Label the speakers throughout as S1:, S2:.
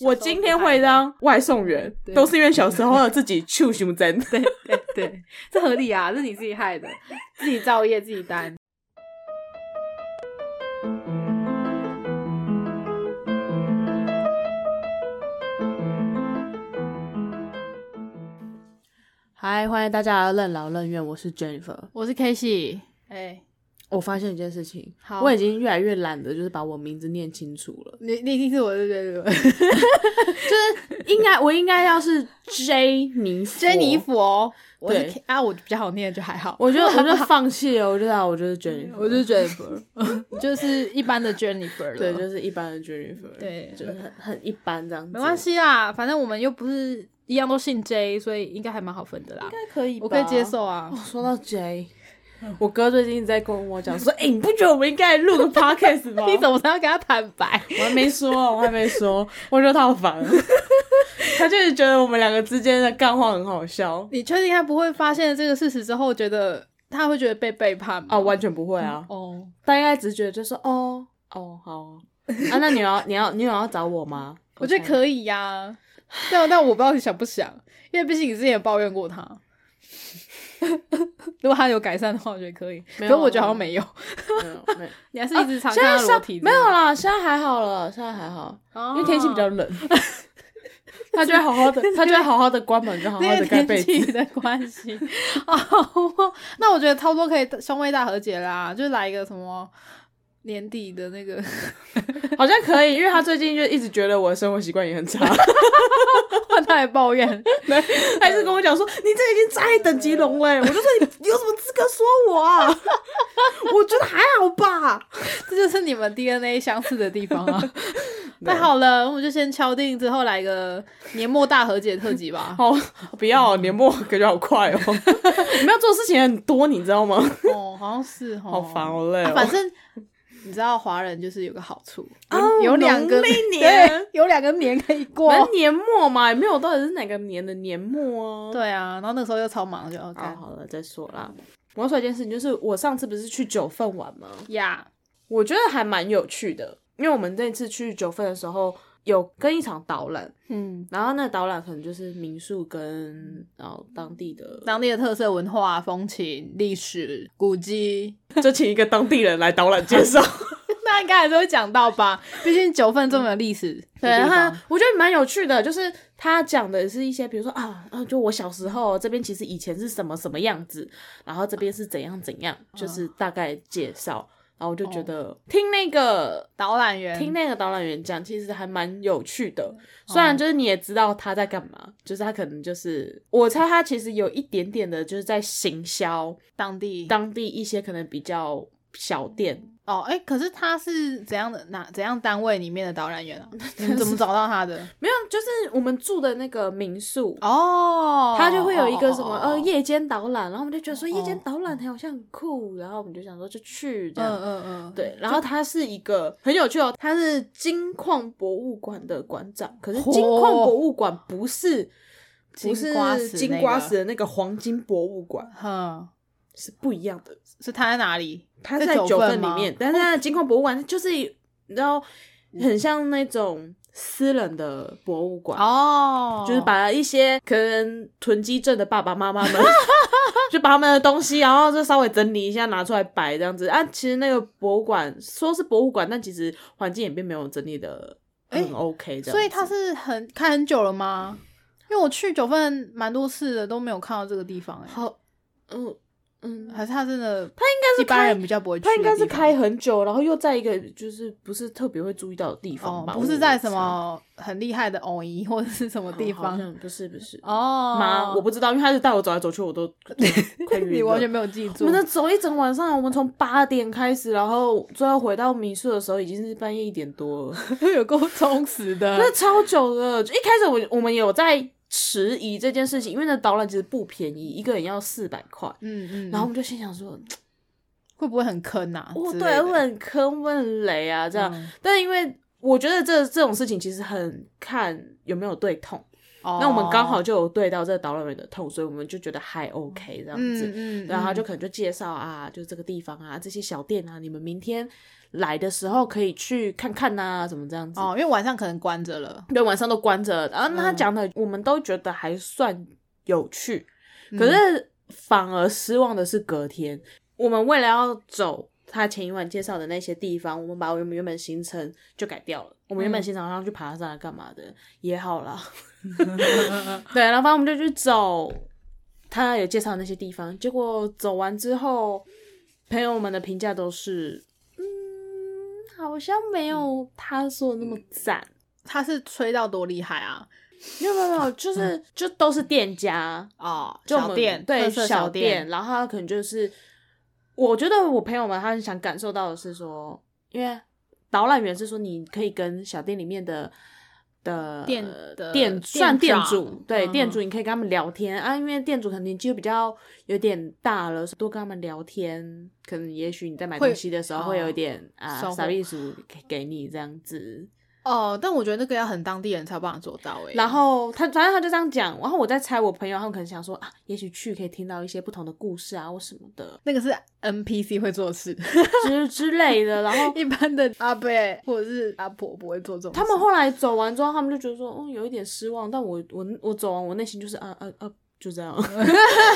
S1: 我今天会当外送员，
S2: 对
S1: 都是因为小时候的自己去胸针。
S2: 对对对，这合理啊，这是你自己害的， 自己造业自己担。
S3: 嗨，欢迎大家来到任劳任怨，我是 Jennifer。
S2: 我是 K 系，哎、
S3: 我发现一件事情，
S2: 好
S3: 我已经越来越懒得，就是把我名字念清楚了。
S2: 你你一定是我对对 对对，
S3: 应该我应该要是 J 尼
S2: 珍妮
S3: 佛，
S2: 佛，哦我是
S3: 对
S2: K, 啊，我比较好念就还好，
S3: 我就我就放弃了，我就啊道我就是 Jennifer，
S2: 我就是 Jennifer，就是一般的 Jennifer 了
S3: 对，就是一般的 Jennifer，
S2: 对
S3: 就是很很一般这样子。
S2: 没关，系啦，反正我们又不是一样都姓 J，所以应该还蛮好分的啦，
S3: 应该可以，
S2: 我可以接。受啊
S3: 哦。说到 J。我哥最近在跟我讲说：“哎、你不觉得我们应该录个 podcast 吗？”
S2: 你怎么这样跟他坦白？
S3: 我还没说，我还没说，我就套房。 他就是觉得我们两个之间的干话很好笑
S2: 你确定他不会发现这个事实之后，觉得他会觉得被背叛吗？
S3: 啊，完全不会啊，
S2: 哦，
S3: 大概只是觉得就是哦哦好啊，啊那你要你要你有要找我吗？
S2: 我觉得可以呀、但但我不知道你想不想，因为毕竟你之前也抱怨过他。如果他有改善的话，我觉得可以。可
S3: 没有啊
S2: 是我觉得好像没有，哦
S3: 没有没有，
S2: 你还是一直常
S3: 现
S2: 看
S3: 在
S2: 他裸
S3: 上
S2: 体之类
S3: 没
S2: 的、
S3: 有啦，现在还好了，现在还好，
S2: 哦，
S3: 因为天气比较 冷。他就会好 好的，他就会好好的关门，就好好
S2: 那
S3: 的
S2: 个
S3: 盖
S2: 哦天
S3: 被
S2: 气
S3: 子。
S2: 的关系。哦， 那我觉得差不多可以兄妹大和解啦，就来一个什么年底的那个，
S3: 好像可以，因为他最近就一直觉得我的生活习惯也很差，
S2: 换他来抱 怨。
S3: 还是跟我讲说你这已经在等级龙 了欸。我就说你有什么资格说我啊？ 我觉得还好吧。
S2: 这就是你们 DNA 相似的地方 啊！太好了，我们就先敲定之后来个年末大和解特辑吧。
S3: 好，不要年末感觉好快 哦，你们要做的事情很多，你知道吗？
S2: 哦，好像是哦，
S3: 好烦，好累
S2: 啊
S3: 哦。
S2: 反正你知道，华人就是有个好处，
S3: 哦
S2: 有两个
S3: 农历年
S2: 对有两个年可以 过
S3: 反。正年末嘛，也没有到底是哪个年的年末啊。
S2: 对啊，然后那个时候又超忙，就哦 OK
S3: 好好了，再说啦。我要说一件事情，就是我上次不是去九份玩吗？
S2: 呀。
S3: 我觉得还蛮有趣的，因为我们这次去九份的时候有跟一场导览，
S2: 嗯，
S3: 然后那个导览可能就是民宿跟然后当地的，
S2: 当地的特色文化、风情、历史、古迹，
S3: 就请一个当地人来导览介绍。
S2: 那应该还是会讲到吧？毕竟九份这么有历史
S3: 对，
S2: 的地
S3: 然
S2: 方，
S3: 后我觉得蛮有趣的，就是他讲的是一些，比如说啊啊，就我小时候这边其实以前是什么什么样子，然后这边是怎样怎样，就是大概介绍。然后我就觉得、听那个
S2: 导览员
S3: 听那个导览员讲，其实还蛮有趣的。虽然就是你也知道他在干嘛，就是他可能就是我猜他其实有一点点的就是在行销
S2: 当地
S3: 当地一些可能比较小店，
S2: 哦，哎、可是他是怎样的哪怎样单位里面的导览员啊？你们怎么找到他 的？
S3: 没有，就是我们住的那个民宿
S2: 哦，
S3: 他就会有一个什么
S2: 哦
S3: 呃，夜间导览，然后我们就觉得说哎夜间
S2: 哦
S3: 导览好像很酷，然后我们就想说就去这
S2: 哦哦
S3: 样。
S2: 嗯嗯嗯，
S3: 对，然后他是一个很有趣哦，他是金矿博物馆的馆长，可是
S2: 嚯
S3: 金矿博物馆不是不
S2: 金瓜
S3: 是
S2: 石
S3: 金
S2: 那
S3: 瓜
S2: 个
S3: 石的那个黄金博物馆
S2: 哼，
S3: 是不一样的，
S2: 是他在哪里？
S3: 它
S2: 在
S3: 在
S2: 九
S3: 九
S2: 份
S3: 份里
S2: 吗
S3: 面，但是它的金矿博物馆就是你知道
S2: 嗯
S3: 很像那种私人的博物馆
S2: 哦，
S3: 就是把一些可能囤积症的爸爸妈妈们， 就把他们的东西，然后就稍微整理一下拿出来摆这样子啊。其实那个博物馆说是博物馆，但其实环境也并没有整理的
S2: 诶
S3: 很 OK 这样、
S2: 所以他是很开很久了吗？因为我去九份蛮多次的，都没有看到这个地方、哎，
S3: 好，嗯嗯，
S2: 还是他真的，他
S3: 应该是
S2: 一般
S3: 开
S2: 人比较不会去的
S3: 他
S2: 地
S3: 应
S2: 方，
S3: 该是开很久，然后又在一个就是不是特别会注意到的地
S2: 哦
S3: 方吧，，
S2: 不
S3: 我
S2: 是在
S3: 猜哦
S2: 什么很厉害的偶一或者是什么地
S3: 好
S2: 方
S3: 像不是不是。
S2: 哦，
S3: 妈，我不知道，因为他是带我走来走去，我都 快晕了。
S2: 你完全没有记住，
S3: 我们那走一整晚上，我们从八点开始，然后最后回到民宿的时候已经是半夜一点多了，
S2: 有够充实的
S3: 那超久了。就一开始我我们有在迟疑这件事情，因为那导览其实不便宜，一个人要四百块。
S2: 嗯嗯，
S3: 然后我们就心想说，
S2: 会不会很坑啊？
S3: 哦，
S2: 之类
S3: 对，
S2: 的
S3: 会很坑，会很雷啊，这样。
S2: 嗯
S3: 但因为我觉得这这种事情其实很看有没有对痛，
S2: 哦
S3: 那我们刚好就有对到这个导览员的痛，所以我们就觉得还 OK 这样子。
S2: 嗯嗯，
S3: 然后他就
S2: 嗯
S3: 啊可能就介绍啊，就是这个地方啊，这些小店啊，你们明天来的时候可以去看看呐、啊，怎么这样子。
S2: 哦，因为晚上可能关着了。
S3: 对，晚上都关着。然后那他讲的，我们都觉得还算有趣，可是反而失望的是隔天，我们为了要走他前一晚介绍的那些地方，我们把我们原本行程就改掉了。我们原本行程好像去爬山啊干嘛的、也好啦，对，然后反正我们就去走他有介绍的那些地方，结果走完之后，朋友们的评价都是，嗯，好像没有他说的那么赞。
S2: 他是吹到多厉害啊！
S3: 没有没有没有，就是就都是店家，
S2: 哦，
S3: 就我
S2: 嗯小
S3: 们
S2: 店，
S3: 对
S2: 特色小
S3: 店，，然后他可能就是，我觉得我朋友们他很想感受到的是说，因为导览员是说你可以跟小店里面的。的
S2: 店的
S3: 店
S2: 店
S3: 算店
S2: 长
S3: 主，对、
S2: 嗯
S3: 店主，你可以跟他们聊天啊，因为店主可能年纪又比较有点大了，多跟他们聊天，可能也许你在买
S2: 会
S3: 东西的时候会有
S2: 哦
S3: 一点、啊
S2: 收
S3: 傻
S2: 获
S3: 逼叔给给你这样子，
S2: 哦，但我觉得那个要很当地人才有办法做到欸诶、
S3: 然后他反正他就这样讲，然后我在猜我朋友他们可能想说啊，也许去可以听到一些不同的故事啊或什么 的
S2: 那个是 NPC 会做的事，
S3: 之之类的。然后
S2: 一般的阿伯或者是阿婆不会做这种事。
S3: 他们后来走完之后，他们就觉得说，嗯，有一点失望。但我我我走完，我内心就是啊啊啊，就这样。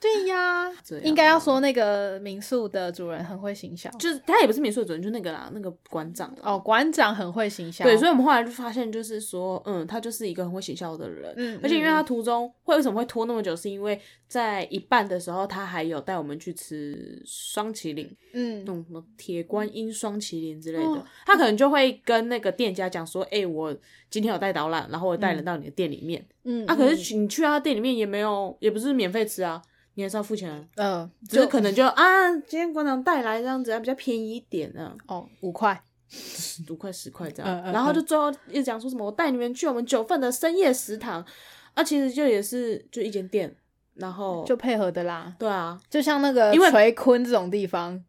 S2: 对啊呀，
S3: 这样
S2: 应该要说那个民宿的主人很会行销
S3: 就是他也不是民宿的主人，就那个啦，那个馆长啦。
S2: 哦，馆长很会行销。
S3: 对，所以我们后来就发现，就是说，嗯，他就是一个很会写笑的人，
S2: 嗯
S3: 而且因为
S2: 嗯
S3: 他途中会为什么会拖那么久，是因为在一半的时候，他还有带我们去吃双麒麟，
S2: 嗯
S3: 那，种什么铁观音双麒麟之类的，
S2: 哦
S3: 他可能就会跟那个店家讲说：“哎、我今天有带导览，然后我带人到你的店里面。
S2: 嗯
S3: 啊，可是去你去他店里面也没有，也不是免费吃啊，你还是要付钱、啊。
S2: 嗯、呃，
S3: 只是可能就啊，今天馆长带来这样子，还比较便宜一点呢、
S2: 哦五块，
S3: 五块十块这样。
S2: 嗯嗯
S3: 然后就最后又讲说什么，我带你们去我们九份的深夜食堂，啊，其实就也是就一间店，然后
S2: 就配合的啦。
S3: 对啊
S2: 就像那个
S3: 因为
S2: 垂坤这种地方，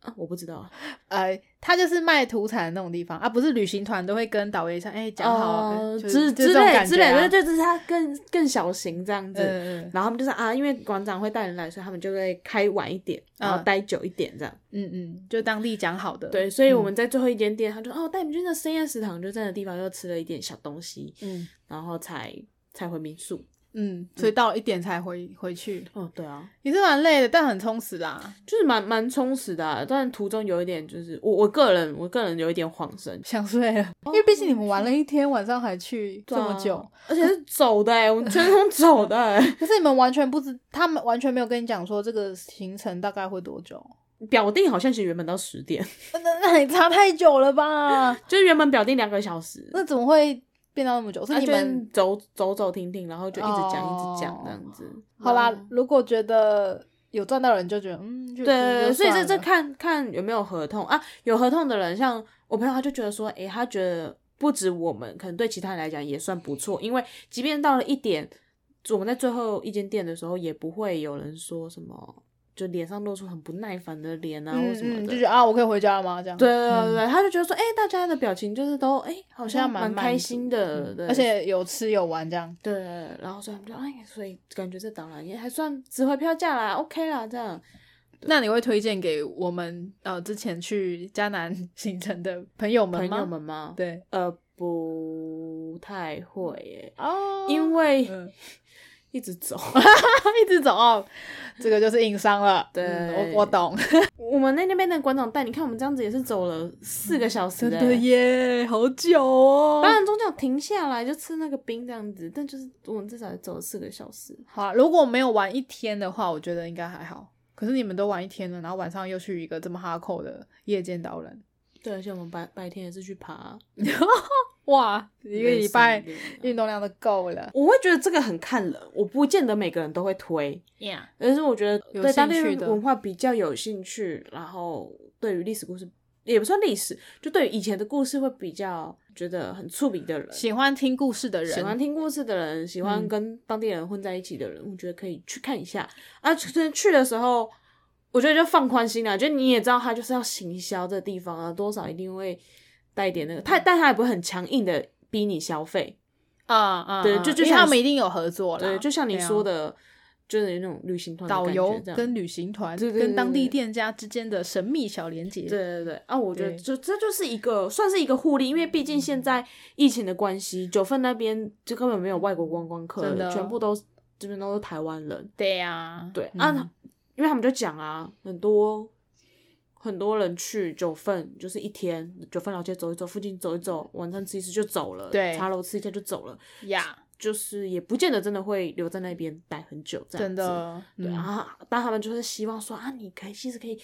S3: 啊，我不知道啊，
S2: 呃，他就是卖土产的那种地方啊，不是旅行团都会跟导游一下，哎、讲好、啊
S3: 呃
S2: 就
S3: 之
S2: 就这
S3: 之
S2: 种
S3: 类
S2: 感
S3: 之
S2: 觉
S3: 类
S2: 啊
S3: 的，就是他更更小型这样子。
S2: 嗯嗯
S3: 然后他们就是啊，因为馆长会带人来，所以他们就会开晚一点，然后
S2: 嗯
S3: 待久一点这样。
S2: 嗯嗯，就当地讲好的。
S3: 对，，所以我们在最后一间店，他就哦带你们去那深夜食堂，就在那地方又吃了一点小东西，
S2: 嗯
S3: 然后才才回民宿。
S2: 嗯，所以到了一点才回回去，
S3: 哦，对啊，
S2: 也是蛮累的，但很充实啦。
S3: 就是蛮蛮充实的啊、但途中有一点就是我我个人我个人有一点晃神，
S2: 想睡了， 哦因为毕竟你们玩了一天，晚上还去这么久，
S3: 而且是走 的哎、我们全程走的哎、
S2: 可是你们完全不知，他们完全没有跟你讲说这个行程大概会多久。
S3: 表定好像其实原本到十点，
S2: 那 那也差太久了 吧？
S3: 就是原本表定两个小时，
S2: 那怎么会变到那么久？是
S3: 他
S2: 你
S3: 就
S2: 们、
S3: 走走走停停，然后就一直讲、一直讲这样子。
S2: 好啦
S3: 嗯，
S2: 如果觉得有赚到人，就觉得嗯，就
S3: 对，
S2: 就
S3: 所以这
S2: 算
S3: 这
S2: 了
S3: 看看有没有合同啊。有合同的人，像我朋友，他就觉得说，诶、他觉得不止我们，可能对其他人来讲也算不错，因为即便到了一点，我们在最后一间店的时候，也不会有人说什么，就脸上露出很不耐烦的脸啊，或
S2: 嗯
S3: 什么
S2: 嗯，
S3: 的。
S2: 就觉得啊，我可以回家了吗？这样
S3: 对对对对，他就觉得说，诶、大家的表情就是都，诶、好像
S2: 蛮
S3: 蛮
S2: 满
S3: 开
S2: 足
S3: 心的，对
S2: 嗯而且有吃有玩这样。
S3: 对，然后所以他们就哎，所以感觉这导览也还算值回票价啦，OK 啦，这样。
S2: 那你会推荐给我们呃之前去迦南行程的朋友们
S3: 朋
S2: 吗？
S3: 友们吗？
S2: 对
S3: 呃，不太会耶，
S2: 哦
S3: 因为
S2: 嗯
S3: 一直走。
S2: 一直走哦，这个就是硬伤了。
S3: 对
S2: 嗯我我懂，
S3: 我们那那边的馆长带，你看我们这样子也是走了四个小时
S2: 真
S3: 耶
S2: 的耶，好久哦
S3: 当。然中间有停下来就吃那个冰这样子，但就是我们至少也走了四个小时。
S2: 好啊，如果没有玩一天的话，我觉得应该还好。可是你们都玩一天了，然后晚上又去一个这么哈扣的夜间导览，
S3: 对，而且我们白白天也是去爬
S2: 哇，一个礼拜
S3: 类似的
S2: 运动量都够了。
S3: 我会觉得这个很看人，我不见得每个人都会推。
S2: Yeah，
S3: 但是我觉得
S2: 有
S3: 对当地
S2: 兴趣的
S3: 文化比较有兴趣，然后对于历史故事也不算历史，就对于以前的故事会比较觉得很触鼻的人，
S2: 喜欢听故事的人，
S3: 喜欢听故事的人，喜欢
S2: 嗯
S3: 跟当地人混在一起的人，我觉得可以去看一下。啊，其实去的时候，我觉得就放宽心啦，啊就你也知道他就是要行销这地方啊，多少一定会带一点那个，
S2: 嗯
S3: 他但他也不会很强硬的逼你消费，
S2: 啊啊，
S3: 对
S2: 啊
S3: 就就
S2: 因为
S3: 像
S2: 他
S3: 你
S2: 们一定有合作啦。
S3: 对，就像你
S2: 对啊
S3: 说的，就是有那种旅行团的
S2: 导
S3: 感觉
S2: 游
S3: 这样
S2: 跟旅行团、
S3: 对对对
S2: 跟当
S3: 对
S2: 地
S3: 对
S2: 店家之间的神秘小连接。
S3: 对对对啊，我觉得
S2: 对嗯
S3: 就这就是一个算是一个互利，因为毕竟现在疫情的关系，九份那边就根本没有外国观光客
S2: 真的
S3: 了，全部都这边都是台湾人。
S2: 对呀，
S3: 对、
S2: 嗯
S3: 啊，因为他们就讲啊，很多很多人去九份就是一天，九份老街走一走，附近走一走，晚餐吃一吃就走了，
S2: 对
S3: 茶楼吃一下就走了，
S2: 呀，
S3: 就是也不见得真的会留在那边待很久，这样
S2: 真
S3: 子。
S2: 的，
S3: 对
S2: 嗯，
S3: 啊，但他们就是希望说啊，你可以其实可以，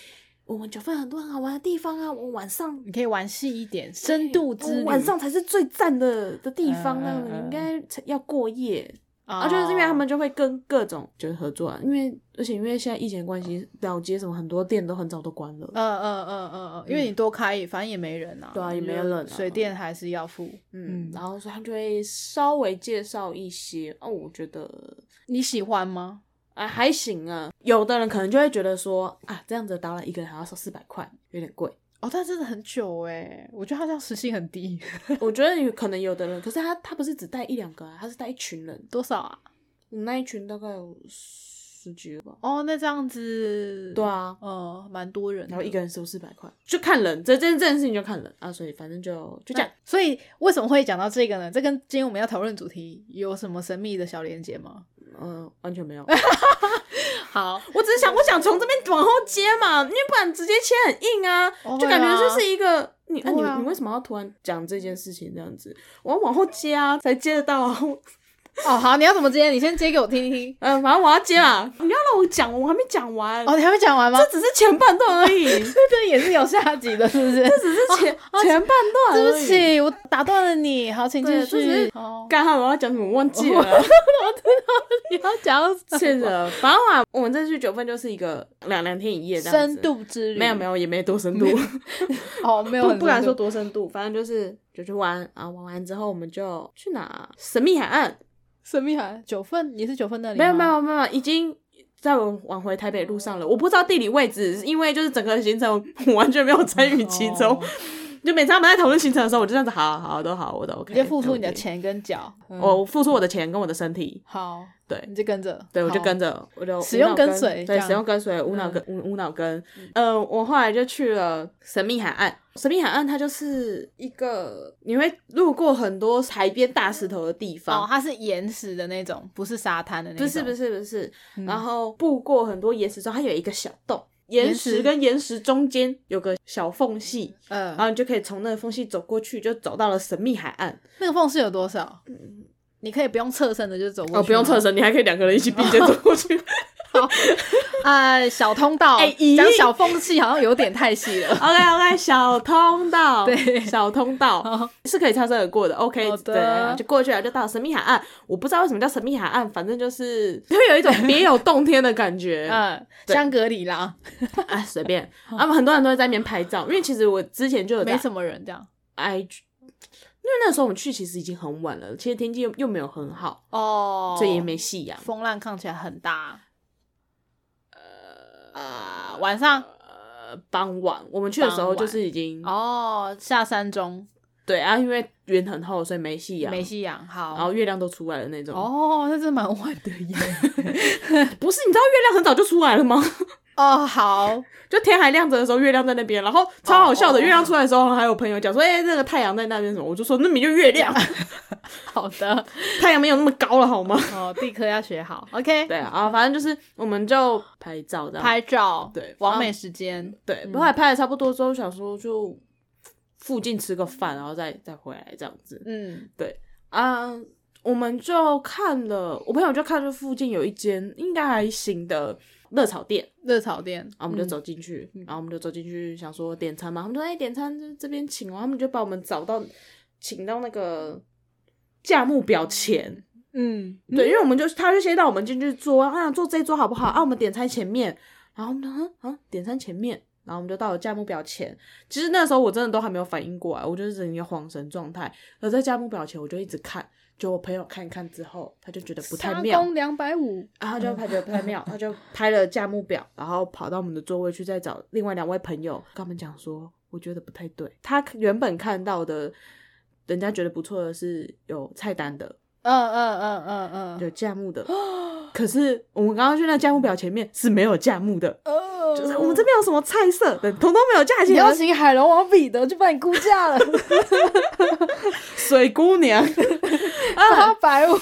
S3: 我们九份很多很好玩的地方啊，我晚上
S2: 你可以玩细一点，深度之旅。
S3: 晚上才是最赞的的地方啊，
S2: 嗯嗯
S3: 你
S2: 嗯
S3: 应该才要过夜、
S2: 啊
S3: 啊，就是因为他们就会跟各种就是合作啊，因为而且因为现在疫情的关系，老街什么很多店都很早都关了，
S2: 嗯嗯嗯嗯嗯，因为你多开，反正也没人啊，
S3: 对啊也没
S2: 就
S3: 人啊
S2: 水电还是要付。
S3: 嗯，然后所以他们就会稍微介绍一些哦，我觉得
S2: 你喜欢吗？
S3: 啊还行啊，有的人可能就会觉得说啊，这样子的导览一个人还要收四百块，有点贵。
S2: 哦，但真的很久哎、我觉得他这样时薪很低，
S3: 我觉得有可能有的人，可是他他不是只带一两个啊，他是带一群人。
S2: 多少啊？
S3: 我们那一群大概有十几个吧。
S2: 哦，那这样子，
S3: 对，啊，
S2: 呃，蛮多人的，
S3: 然后一个人收四百块，就看人，这这这件事情就看人啊，所以反正就就这样。
S2: 所以为什么会讲到这个呢？这跟今天我们要讨论主题有什么神秘的小连接 吗？
S3: 嗯、完全没有。
S2: 好，
S3: 我只是想，我想从这边往后接嘛，因为不然直接切很硬啊，
S2: 哦
S3: 就感觉就是一个。你
S2: 对
S3: 啊，
S2: 啊
S3: 你你为什么要突然讲这件事情这样子？我要往后接啊， 才接得到啊。我
S2: 哦，好，你要怎么接？你先接给我听 听。
S3: 呃，反正我要接啊，你要让我讲，我还没讲完，啊
S2: 哦，你还没讲完吗？
S3: 这只是前半段而已。
S2: 这个也是有下集的，是不 是？
S3: 只是前、前半段，
S2: 啊对不，起，我打断了你。好，请继
S3: 对这只
S2: 续
S3: 是。
S2: 哦，
S3: 刚才我要讲什么忘记 了，
S2: 你要讲
S3: 是的，反正啊我们这次九份就是一个两两天一夜这样
S2: 深
S3: 子，
S2: 度之旅，
S3: 没有没
S2: 有，
S3: 有也没多深度，
S2: 哦，没有
S3: 不
S2: 很深度，
S3: 不敢说多深度，反正就是就去玩啊，玩完之后我们就去哪神秘海岸，
S2: 神秘海九份也是九份那里，
S3: 没有没，有没有，已经。在往往回台北路上了，我不知道地理位置，因为就是整个行程我完全没有参与其中。
S2: 哦
S3: 就每次他们在讨论行程的时候，我就这样子，好好好都好，我都 OK。
S2: 你就付出你 的，钱跟脚。嗯
S3: 我付出我的钱跟我的身体，
S2: 好，
S3: 对
S2: 你就跟着，
S3: 对，我就
S2: 好
S3: 跟着，我就
S2: 使
S3: 无
S2: 用
S3: 脑
S2: 跟
S3: 跟
S2: 随这
S3: 对，
S2: 样
S3: 使用跟随，嗯无脑跟无无脑跟。呃，我后来就去了神秘海岸。神秘海岸它就是一个你会路过很多海边大石头的地
S2: 哦，
S3: 方，
S2: 它是岩石的那种，不是沙滩的那种，
S3: 不是不
S2: 是，
S3: 是不是，然后步过很多岩石之后，它有一个小洞。岩
S2: 岩石
S3: 石跟岩石中间有个小缝隙，
S2: 嗯、
S3: 然后你就可以从那个缝隙走过去，就走到了神秘海岸。
S2: 那个缝是有多少？你可以不用侧身的就走过去，
S3: 哦，不用侧，身，你还可以两个人一起 并肩走过去。
S2: 呃，小通道，
S3: 哎咦
S2: 讲小缝隙好像有点太细 了。
S3: OK OK，小通道，
S2: 对
S3: 小通道
S2: 好
S3: 是可以擦身而过的。OK，
S2: 好的
S3: 对，就过去了，就到神秘海岸。我不知道为什么叫神秘海岸，反正就是会有一种别有洞天的感 觉。
S2: 嗯，
S3: 对
S2: 香格里拉
S3: 啊，随便，他们很多人都会在那边拍照，因为其实我之前就有在
S2: 没什么人这样。
S3: IG。因为那时候我们去其实已经很晚了，其实天气又又没有很好，
S2: 哦，
S3: 所以也没夕阳
S2: 风浪看起来很大。呃，晚上
S3: 呃，傍晚我们去的时候
S2: 傍晚
S3: 就是已经
S2: 哦，下山中
S3: 对啊，因为云很厚，所以没夕阳，
S2: 没夕阳，好。
S3: 然后月亮都出来了那种。
S2: 哦，那真的蛮晚的耶。
S3: 不是，你知道月亮很早就出来了吗？
S2: 哦，好，
S3: 就天还亮着的时候，月亮在那边，然后超好笑的。
S2: 哦哦哦
S3: 月亮出来的时候，还有朋友讲说：“哎、那个太阳在那边什么？”我就说：“那明明就月 亮，
S2: 好的，
S3: 太阳没有那么高了，好吗
S2: 哦，地科要学好，OK？”。
S3: 对啊，啊反正就是我们就拍嗯照的，
S2: 拍照，
S3: 对
S2: 完美时间，
S3: 对，后来拍的差不多之后，想说就附近吃个饭，然后再再回来这样子
S2: 嗯，
S3: 啊。我们就看了，我朋友就看这附近有一间应该还行的热炒店，
S2: 热炒店，
S3: 啊然后我们就走进去，然后我们就走进去，想说点餐嘛，他们说哎、点餐就这边请哦，他们就把我们找到请到那个价目表前，
S2: 嗯，
S3: 对，因为我们就他就先让我们进去坐，啊坐这一桌好不好？啊我们点餐前面，然后我们就嗯啊点餐前面，然后我们就到了价目表前。其实那时候我真的都还没有反应过来，我就是整个恍神状态。而在价目表前我就一直看，就我朋友看一看之后，他就觉得不太妙，
S2: 两百五，
S3: 然后他就拍觉得不太妙，他就拍了价目表，然后跑到我们的座位去再找另外两位朋友，跟他们讲说，我觉得不太对。他原本看到的，人家觉得不错的是有菜单的，
S2: 嗯嗯嗯嗯嗯嗯，
S3: 有价目的。 可是我们刚刚去那价目表前面是没有价目的，
S2: 哦
S3: 就是我们这边有什么菜色的，统统没有价
S2: 你
S3: 钱
S2: 要
S3: 啊。
S2: 请海龙王彼得去帮你估 价了，
S3: 水姑 娘，
S2: 八百五。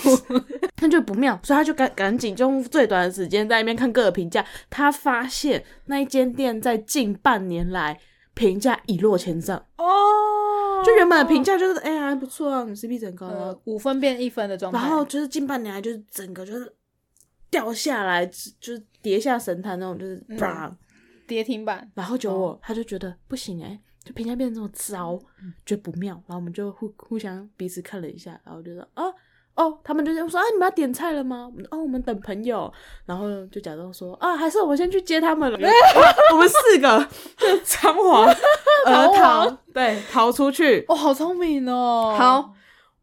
S3: 那就不妙，所以他就赶赶紧就用最短的时间在那边看各个评价。他发现那一间店在近半年来评价一落千丈，
S2: 哦，
S3: 就原本的评价就是哎呀还不错啊，你 CP 值很高啊
S2: 呃，五分变一分的状态，
S3: 然后就是近半年来就是整个就是掉下来，只就是跌下神坛那种，就是
S2: 嗯哦
S3: 啪、
S2: 跌停板，
S3: 然后结果、他就觉得不行哎、就评价变得这么糟，
S2: 嗯
S3: 觉得不妙。然后我们就互互相彼此看了一下，然后就说啊哦，他们就这样说啊，你们要点菜了吗？我们哦，我们等朋友。然后就假装说啊，还是我们先去接他们了。 我们四个就仓皇而
S2: 逃
S3: 逃
S2: 亡，
S3: 对，逃出去。
S2: 哦，好聪明哦，
S3: 好，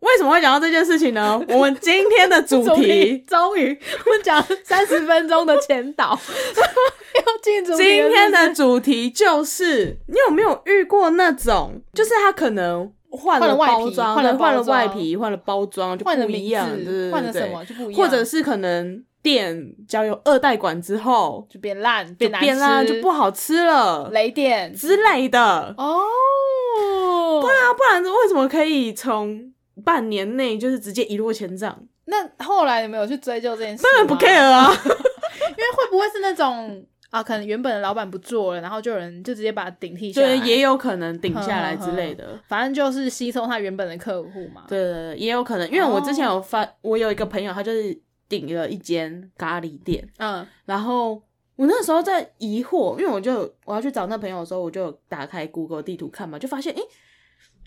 S3: 为什么会讲到这件事情 呢？我们今天的主
S2: 终于
S3: 题
S2: 终于，我们讲三十分钟的前 导，要进主题
S3: 今
S2: 了
S3: 天
S2: 是
S3: 的主题就是，你有没有遇过那种，就是他可能
S2: 换
S3: 换
S2: 了
S3: 了
S2: 外皮
S3: 包装，
S2: 换了
S3: 对换了
S2: 包装
S3: 外皮，换了包装就
S2: 换了
S3: 不一样，
S2: 名
S3: 对
S2: 字
S3: 对对，
S2: 换了什
S3: 对
S2: 么就不一样
S3: 或者是可能店交由二代管之后
S2: 不是就变烂，
S3: 就
S2: 难
S3: 变啦，
S2: 吃
S3: 就不好吃了
S2: 雷电
S3: 之类的。
S2: 哦，对啊，
S3: 那不然为什么可以从半年内就是直接一落千丈？
S2: 那后来有没有去追究这件事？
S3: 当然不 care 啊，
S2: 因为会不会是那种啊，可能原本的老板不做了，然后就有人就直接把它顶替下来，
S3: 对，也有可能顶下来之类 的。
S2: 反正就是吸收他原本的客户嘛。
S3: 对对对，也有可能，因为我之前有发，我有一个朋友，他就是顶了一间咖喱店，
S2: 嗯，
S3: 然后我那时候在疑惑，因为我就我要去找那朋友的时候，我就打开 Google 地图看嘛，就发现诶，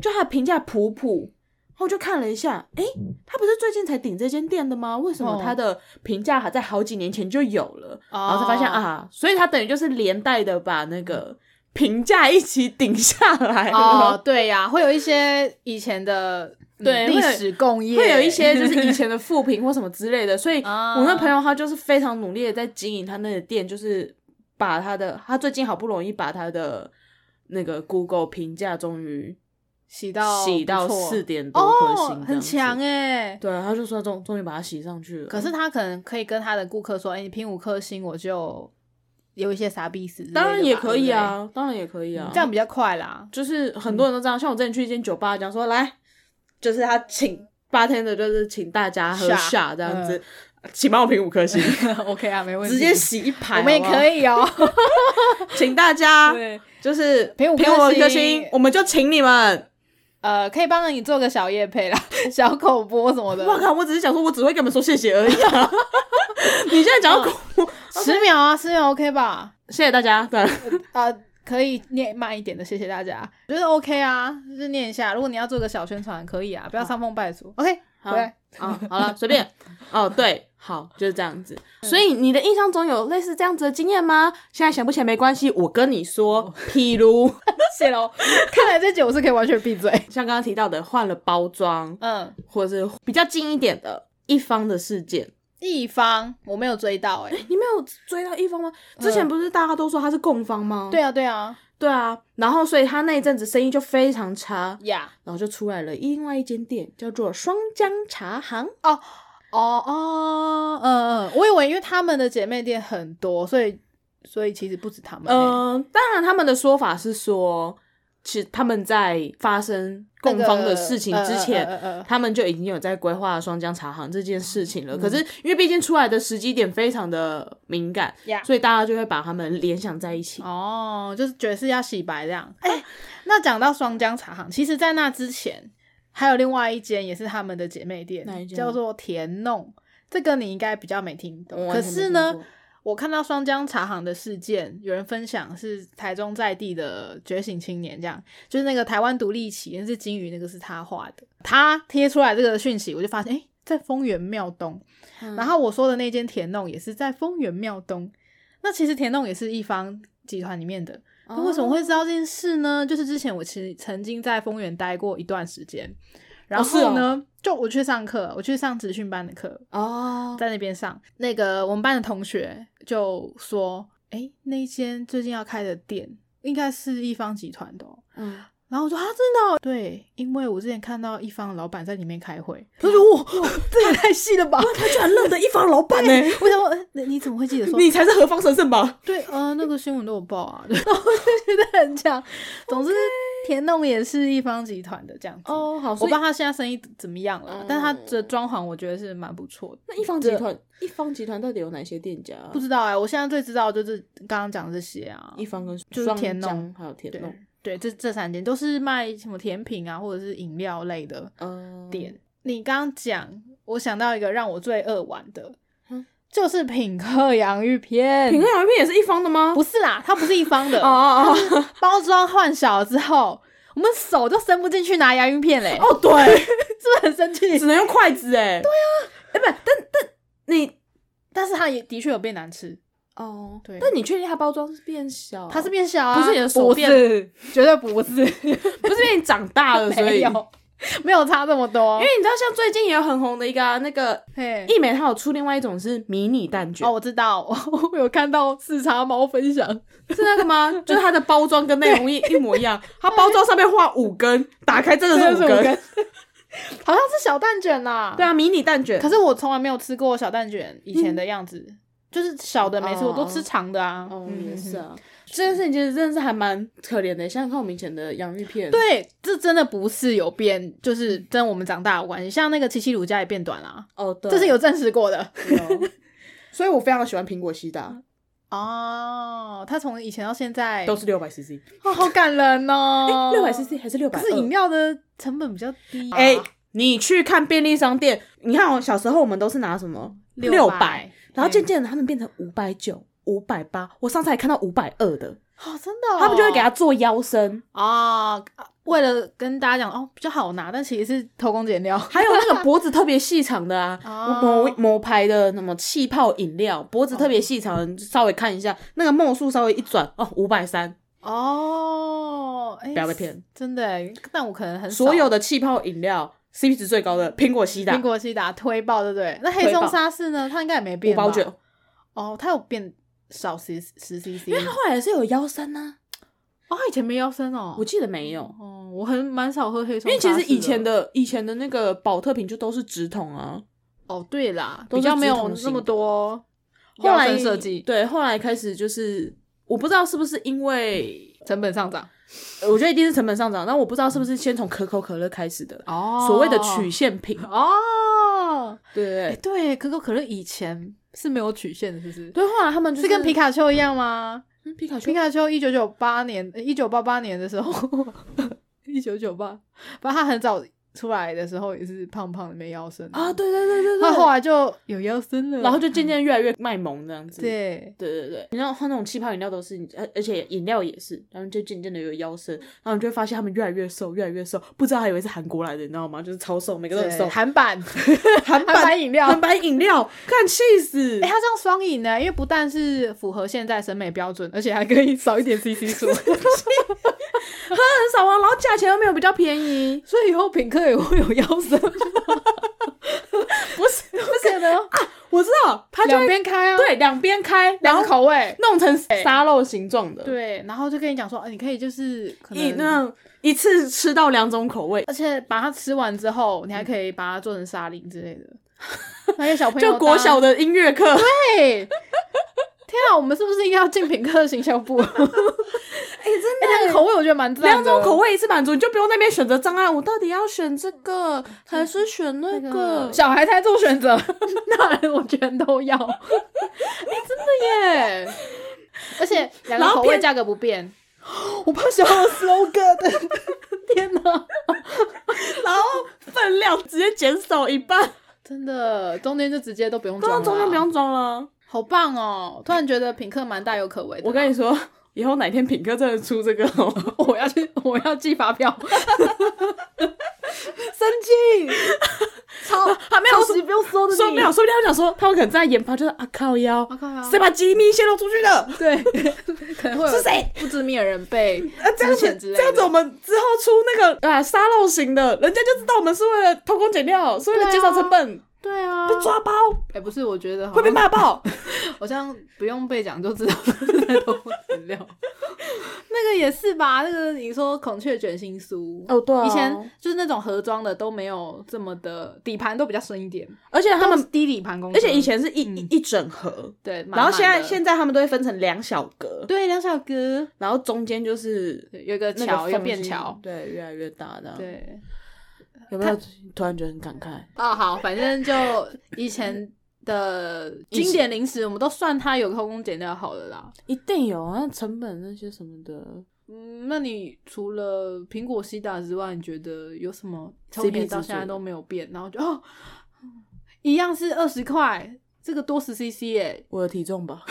S3: 就他的评价普普，然后我就看了一下，诶，他不是最近才顶这间店的吗？为什么
S2: 哦
S3: 他的评价还在好几年前就有了？然后才
S2: 哦
S3: 发现啊，所以他等于就是连带的把那个评价一起顶下来了。
S2: 哦，对呀、会有一些以前的嗯
S3: 对
S2: 历
S3: 会有
S2: 史共业，
S3: 会有一些就是以前的负评或什么之类的，所以
S2: 啊
S3: 我那朋友他就是非常努力的在经营他那个店，就是把他的他最近好不容易把他的那个 Google 评价终于
S2: 洗到
S3: 洗到
S2: 哦不错
S3: 四点多颗星、
S2: 哦，很强。哎、
S3: 对，啊他就说终终于把它洗上去了。
S2: 可是他可能可以跟他的顾客说：“哎、你拼五颗星，我就有一些傻逼死。”
S3: 当然也可以，啊，当然也可以
S2: 对不嗯
S3: 啊
S2: 对，这样比较快啦。
S3: 就是
S2: 嗯
S3: 很多人都这样。像我之前去一间酒吧，讲说来，就是他请八天的，就是请大家喝
S2: 下嗯
S3: 下这样子，请帮我评五 颗星，
S2: OK 啊，没问题，
S3: 直接洗一排。
S2: 我们也
S3: 好不好
S2: 可以哦。
S3: 请大 家
S2: 对，
S3: 就是
S2: 评五颗
S3: 评我
S2: 星
S3: 颗星，我们就请你们。
S2: 呃，可以帮你做个小夜配啦，小口播什么的，
S3: 我靠，我只是想说，我只会跟你们说谢谢而已、 啊。你现在讲到恐怖，
S2: 十秒啊，十秒 OK 吧？
S3: 谢谢大家。对，
S2: 啊，可以念慢一点的，谢谢大家，觉得 OK 啊，就是念一下。如果你要做个小宣传，可以啊，不要伤风败俗。OK，
S3: 好
S2: 回来。
S3: 啊、好了，随便。 哦，对，好，就是这样子。所以你的印象中有类似这样子的经验吗？现在想不起来没关系，我跟你说，譬如
S2: 谢喽。 看来这集我是可以完全闭嘴。
S3: 像刚刚提到的，换了包装，
S2: 嗯，
S3: 或者是比较近一点的一方的事件，
S2: 一方我没有追到哎、
S3: 你没有追到一方吗？之前不是大家都说他是共方吗？
S2: 对啊，对啊，
S3: 嗯对啊，然后所以他那一阵子生意就非常差，
S2: 呀、
S3: 然后就出来了另外一间店，叫做双江茶行。
S2: 哦哦，嗯嗯，我以为因为他们的姐妹店很多，所以所以其实不止他们、
S3: 嗯、
S2: 欸。
S3: 当然他们的说法是说，其实他们在发生
S2: 那
S3: 共
S2: 个
S3: 方的事情之前。
S2: 呃呃呃呃呃
S3: 他们就已经有在规划双江茶行这件事情了，可是因为毕竟出来的时机点非常的敏感，
S2: 呀
S3: 所以大家就会把他们联想在一起。
S2: 哦，就是觉得是要洗白这样。哎、那讲到双江茶行，其实，在那之前还有另外一间也是他们的姐妹店
S3: 哪一，间
S2: 叫做田弄。这个你应该比较没听懂，
S3: 我
S2: 可
S3: 完全没
S2: 是
S3: 听
S2: 呢
S3: 过，
S2: 我看到双江茶行的事件，有人分享是台中在地的觉醒青年，这样就是那个台湾独立起源是金鱼，那个是他画的，他贴出来这个讯息，我就发现，哎、在丰原庙东，
S3: 嗯
S2: 然后我说的那间田弄也是在丰原庙东，那其实田弄也是一方集团里面的，那为什么会
S3: 哦
S2: 知道这件事呢？就是之前我其实曾经在丰原待过一段时间，然
S3: 是哦
S2: 后呢，就我去上课，我去上职训班的课，
S3: 哦？
S2: 在那边上，那个我们班的同学就说：“哎、那一间最近要开的店应该是一方集团的、哦。
S3: 嗯，
S2: 然然后我说啊，真的哦、对，因为我之前看到一方老板在里面开会，他说 哇，这也太细了吧！
S3: 哦他居然认得一方老板呢、欸
S2: 我想说，呃你你怎么会记得说？
S3: 你才是何方神圣吧？
S2: 对，呃，那个新闻都有报啊， 然后我就觉得很强。总之，田弄也是一方集团的这样子。
S3: 哦，好，
S2: 我不
S3: 所
S2: 知
S3: 以
S2: 道他现在生意怎么样了，
S3: 嗯
S2: 但他的装潢我觉得是蛮不错的。
S3: 那一方集团，一方集团到底有哪些店家啊？
S2: 不知道哎、我现在最知道的就是刚刚讲的这些啊，
S3: 一方跟
S2: 就是
S3: 双
S2: 田农
S3: 江还有田
S2: 对
S3: 弄，嗯
S2: 对，这这三间都是卖什么甜品啊，或者是饮料类的
S3: 嗯，
S2: 店。你刚刚讲，我想到一个让我最扼腕的，
S3: 嗯
S2: 就是品客洋芋片。
S3: 平安洋芋片也是一方的吗？
S2: 不是啦，它不是一方的
S3: 哦哦哦
S2: 包装换小之后，我们手都伸不进去拿洋芋片 嘞，
S3: 哦，对，
S2: 是不是很生气？
S3: 只能用筷子哎。对啊，哎不，但但你
S2: 但是它也的确有变难吃，
S3: 哦，
S2: 对
S3: 但你确定它包装是变小？
S2: 它是变小啊，
S3: 哦不是你的手
S2: 不
S3: 变
S2: 是，绝对不是，
S3: 不是变长大 了？所以，
S2: 没
S3: 因为
S2: 有没有差这么多，
S3: 你知道，像最近也有很红的一个啊那个
S2: 嘿。
S3: 一美，它有出另外一种是迷你蛋卷
S2: 哦，，我知道， 我我有看到四叉猫分享，
S3: 是那个吗？就是它的包装跟内容 一一模一样，它包装上面画五根，打开真的是
S2: 真
S3: 五
S2: 的是五
S3: 根。
S2: 根 好像是小蛋卷啦。
S3: 对啊，迷你蛋卷
S2: 可。是我从来没有吃过小蛋卷以前的样子，就是小的没吃，
S3: 嗯哦
S2: 我都吃长的啊。
S3: 哦，
S2: 嗯
S3: 也是。啊，
S2: 是
S3: 这件事情其实真的是还蛮可怜的。想想看，我们以前的洋芋片，，
S2: 对，这真的不是有变，就是跟我们长大有关系。像那个七七乳加也变短啦，
S3: 哦，对，
S2: 这是有证实过的。
S3: 有。 嗯所以我非常喜欢苹果西打，
S2: 哦，他从以前到现在
S3: 都是六百 CC，
S2: 哦，好感人 哦，
S3: 六百 CC 还是六百？
S2: 可是饮料的成本比较低啊，
S3: 哎、你去看便利商店，你看哦，小时候我们都是拿什么
S2: 六
S3: 600，然后渐渐的他们变成五百九、五百八，我上次还看到五百二的，
S2: 哦，真的哦，
S3: 他们就会给他做腰 身，
S2: 哦，
S3: 啊
S2: 为了跟大家讲哦比较好拿，但其实是偷工减料。，
S3: 还有那个脖子特别细长的 啊
S2: 哦
S3: 某某牌的什么气泡饮料，脖子特别细长的，你稍微看一下那个墨数，稍微一转哦，五百三，
S2: 哦，哎
S3: 不要被骗，
S2: 真的欸，但我可能很少
S3: 所有的气泡饮料 CP 值最高的苹果西打
S2: 苹果西打推爆，对不对？那黑
S3: 推爆
S2: 松沙士呢？它应该也没
S3: 五
S2: 变吧
S3: 包九，
S2: 哦，它有变少十十 CC，
S3: 因为它后来也是有腰身啊，
S2: 哦，它以前没腰身哦
S3: 我。记得没有。
S2: 哦，我很蛮少喝黑松
S3: 因为
S2: 沙士的，
S3: 其实以前的以前的那个保特瓶就都是直筒啊，
S2: 哦，对啦，
S3: 都
S2: 比
S3: 是
S2: 较没
S3: 直
S2: 有
S3: 筒
S2: 那
S3: 型
S2: 么
S3: 的
S2: 多
S3: 后
S2: 腰
S3: 来
S2: 身设计，
S3: 对，后来开始就是我不知道是不是因为，
S2: 成本上涨
S3: 呃我觉得一定是成本上涨，但我不知道是不是先从可口可乐开始的，
S2: 哦
S3: 所谓的曲线瓶，
S2: 哦，
S3: 对对
S2: 哎、
S3: 对
S2: 对，可口可乐以前是没有曲线的，是不是？
S3: 对，后来他们就是
S2: 跟皮卡丘一样吗？
S3: 嗯皮卡丘
S2: 皮卡丘一九九八年，呃一九八八年的时候， 一九九八，反正他很早出来的时候也是胖胖的没腰身
S3: 啊，，对对对对
S2: 他
S3: 对，
S2: 后来就有腰身了，
S3: 然后就渐渐越来越卖萌这样子，
S2: 对，
S3: 对对对，你知道喝那种气泡饮料都是，而而且饮料也是，然后就渐渐的有腰
S2: 嗯
S3: 身，然后你就会发现他们越来越瘦，越来越瘦，不知道还以为是韩国来的，你知道吗？就是超瘦，每个都很
S2: 对
S3: 瘦，
S2: 韩版
S3: 韩
S2: 韩版饮料。
S3: 韩版饮料，看气死！
S2: 哎、他这样双赢呢，因为不但是符合现在审美标准，而且还可以少一点 CC 数，，
S3: 很少啊，然后价钱又没有比较便宜
S2: 所以以后品客也会有腰身，
S3: 不是？
S2: 不是呢？
S3: 我知道，它就
S2: 两
S3: 会
S2: 边开啊，，
S3: 对两边开，然
S2: 两
S3: 后
S2: 个口味，
S3: 弄成沙漏形状的，，
S2: 对，然后就跟你讲说，啊你可以就是可
S3: 一
S2: 能
S3: 那一次吃到两种口味，
S2: 而且把它吃完之后，你还
S3: 嗯
S2: 可以把它做成沙林之类的。还有小朋友
S3: 就
S2: 搭
S3: 国小的音乐课，哎、
S2: 对，天啊，我们是不是应该要进品客的行销部？
S3: 真
S2: 哎两个口味我觉得蛮赞的，
S3: 两种口味一次满足，你就不用那边选择障碍。我到底要选这 个还是选那
S2: 那
S3: 个
S2: 个？小孩才做选择， 大人我全都要。 哎、真的耶！而且两个
S3: 然后
S2: 口味
S3: 偏
S2: 价格不变，
S3: 我怕小我 slogan，
S2: 天哪，
S3: 然后分量直接减少一半，
S2: 真的中间就直接都不用装了，
S3: 刚刚啊中间不用装了。
S2: 好棒哦！突然觉得品客蛮大有可为的。
S3: 我跟你说，以后哪天品哥真的出这个、哦，
S2: 我要去，我要寄发 票，
S3: 生气。
S2: 超
S3: 还没有说
S2: 不用说
S3: 说没有，说不定他们想说，他们可能在研发，就是啊靠腰，
S2: 啊靠腰
S3: 谁把机密泄露出去的？啊，
S2: 对，可能会有
S3: 是谁
S2: 不知名的人 被
S3: 这样
S2: 呃之前
S3: 子
S2: 之类
S3: 这样子，我
S2: 的。
S3: 们之后出那个啊沙漏型的，人家就知道我们是为了偷工减料，是为了减少成本。
S1: 对啊，
S3: 被抓包，
S2: 哎、不是，我觉得好
S3: 会被
S2: 像
S3: 骂爆。
S2: 好像不用被讲就知道是在偷资料。 那个也是吧？那个你说孔雀卷心酥，
S3: 哦，对啊，
S2: 以前就是那种盒装的都没有这么的，底盘都比较深一点，
S3: 而且他
S2: 他
S3: 们
S2: 们低底盘公司，
S3: 而且以前是一、
S2: 嗯
S3: 一一整盒，
S2: 对，满
S3: 然后现在
S2: 满的
S3: 现在他们都会分成两小格，
S2: 对梁小哥
S3: 然后中间就是
S2: 对有一个
S3: 那个嗯
S2: 桥，有
S3: 缝
S2: 便
S3: 隙
S2: 桥，
S3: 对，越来越大的。，
S2: 对
S3: 有没有突然觉得很感慨？
S2: 哦，好，反正就以前的经典零食，我们都算它有偷工减料好了啦。
S3: 一定有啊，成本那些什么的，
S2: 嗯，那你除了苹果西打之外，你觉得有什么
S3: CP
S2: 从以前到
S3: 指数
S2: 现在都没有变？然后就哦，一样是二十块，这个多十 CC 耶，
S3: 我的体重吧，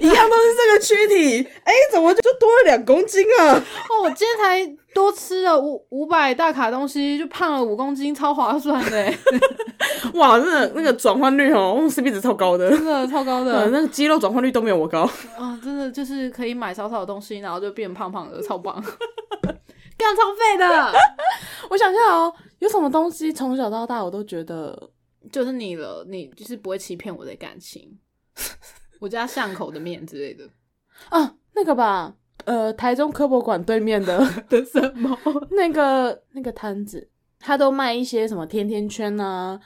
S3: 一样都是这个躯体，哎、怎么就多了两公斤啊？
S2: 哦，我今天才多吃了五五百大卡东西，就胖了五公斤，超划算的耶，
S1: 哇，那
S3: 嗯
S1: 个那个转换率哦哦，CP 值超高的，
S2: 真的超高
S3: 啊
S1: 呃，
S2: 的。
S1: 那个肌肉转换率都没有我高。
S2: 啊，真的就是可以买少少的东西，然后就变胖胖的，超棒， 干超废的，
S3: 我想一下哦，有什么东西从小到大我都觉得
S2: 就是你了，你就是不会欺骗我的感情， 我家巷口的面之类的，
S3: 啊，那个吧，呃，台中科博馆对面的
S2: 的什么？
S3: 那个那个摊子，他都卖一些什么甜甜圈啊，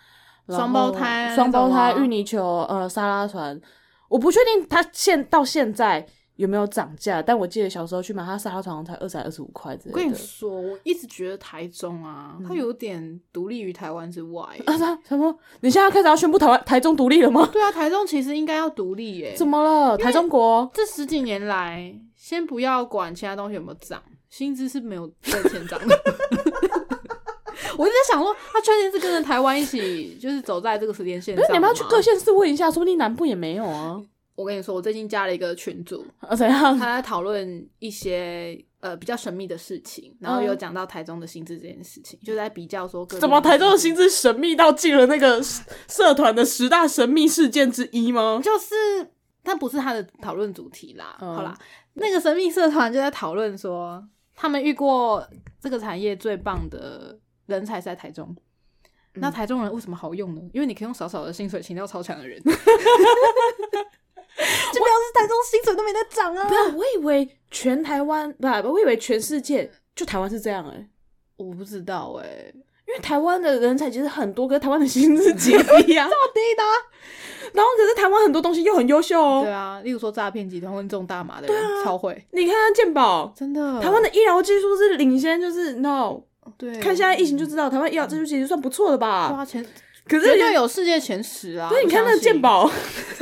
S3: 然后
S2: 双胞胎啊
S3: 双胞
S2: 那
S3: 胎、
S2: 种啊
S3: 芋泥球、呃沙拉船，我不确定它现到现在有没有涨价，但我记得小时候去买它沙拉船好像才二十二十五块之
S2: 我跟
S3: 类
S2: 你
S3: 的。
S2: 说，我一直觉得台中啊，它有点独立于台湾之外。欸
S3: 啊啥什么？你现在开始要宣布台湾台中独立了吗？
S2: 对啊，台中其实应该要独立耶、
S3: 怎么了？台中国？
S2: 这十几年来，先不要管其他东西有没有涨，薪资是没有在前涨的。 我就在想说，他确定是跟着台湾一起，就是走在这个时间线
S3: 不
S2: 上
S3: 是
S2: 吗。
S3: 你们要去各县市问一下，说不定南部也没有 啊。
S2: 我跟你说，我最近加了一个群组，
S3: 啊怎样？
S2: 他在讨论一些呃比较神秘的事情，然后有讲到台中的薪资这件事情，就在比较说各地
S3: 怎嗯么台中的薪资神秘到进了那个社团的十大神秘事件之一吗？
S2: 就是，但不是他的讨论主题啦。
S3: 嗯
S2: 好啦，那个神秘社团就在讨论说，他们遇过这个产业最棒的人才是在台中。
S3: 嗯
S2: 那台中人为什么好用呢？因为你可以用少少的薪水请到超强的 人。就表示台中薪水都没在涨啊
S3: 不！是，我以为全台湾不，我以为全世界就台湾是这样哎、
S2: 我不知道哎、
S3: 因为台湾的人才其实很多，可是台湾的薪 资极低啊，超低的、 然后可是台湾很多东西又很优秀
S2: 对
S3: 哦，
S2: 啊，例如说诈骗集团跟种大麻的人、超会，
S3: 你看看健保，
S2: 真的。
S3: 台湾的医疗技术是领先，就是 no，
S2: 对，
S3: 看现在疫情就知道，台湾医疗技术其实算不错的吧。
S2: 花钱，
S3: 可
S2: 绝
S3: 是
S2: 对有世界前十啊！
S3: 对，你看
S2: 我相
S3: 那个
S2: 信
S3: 健保，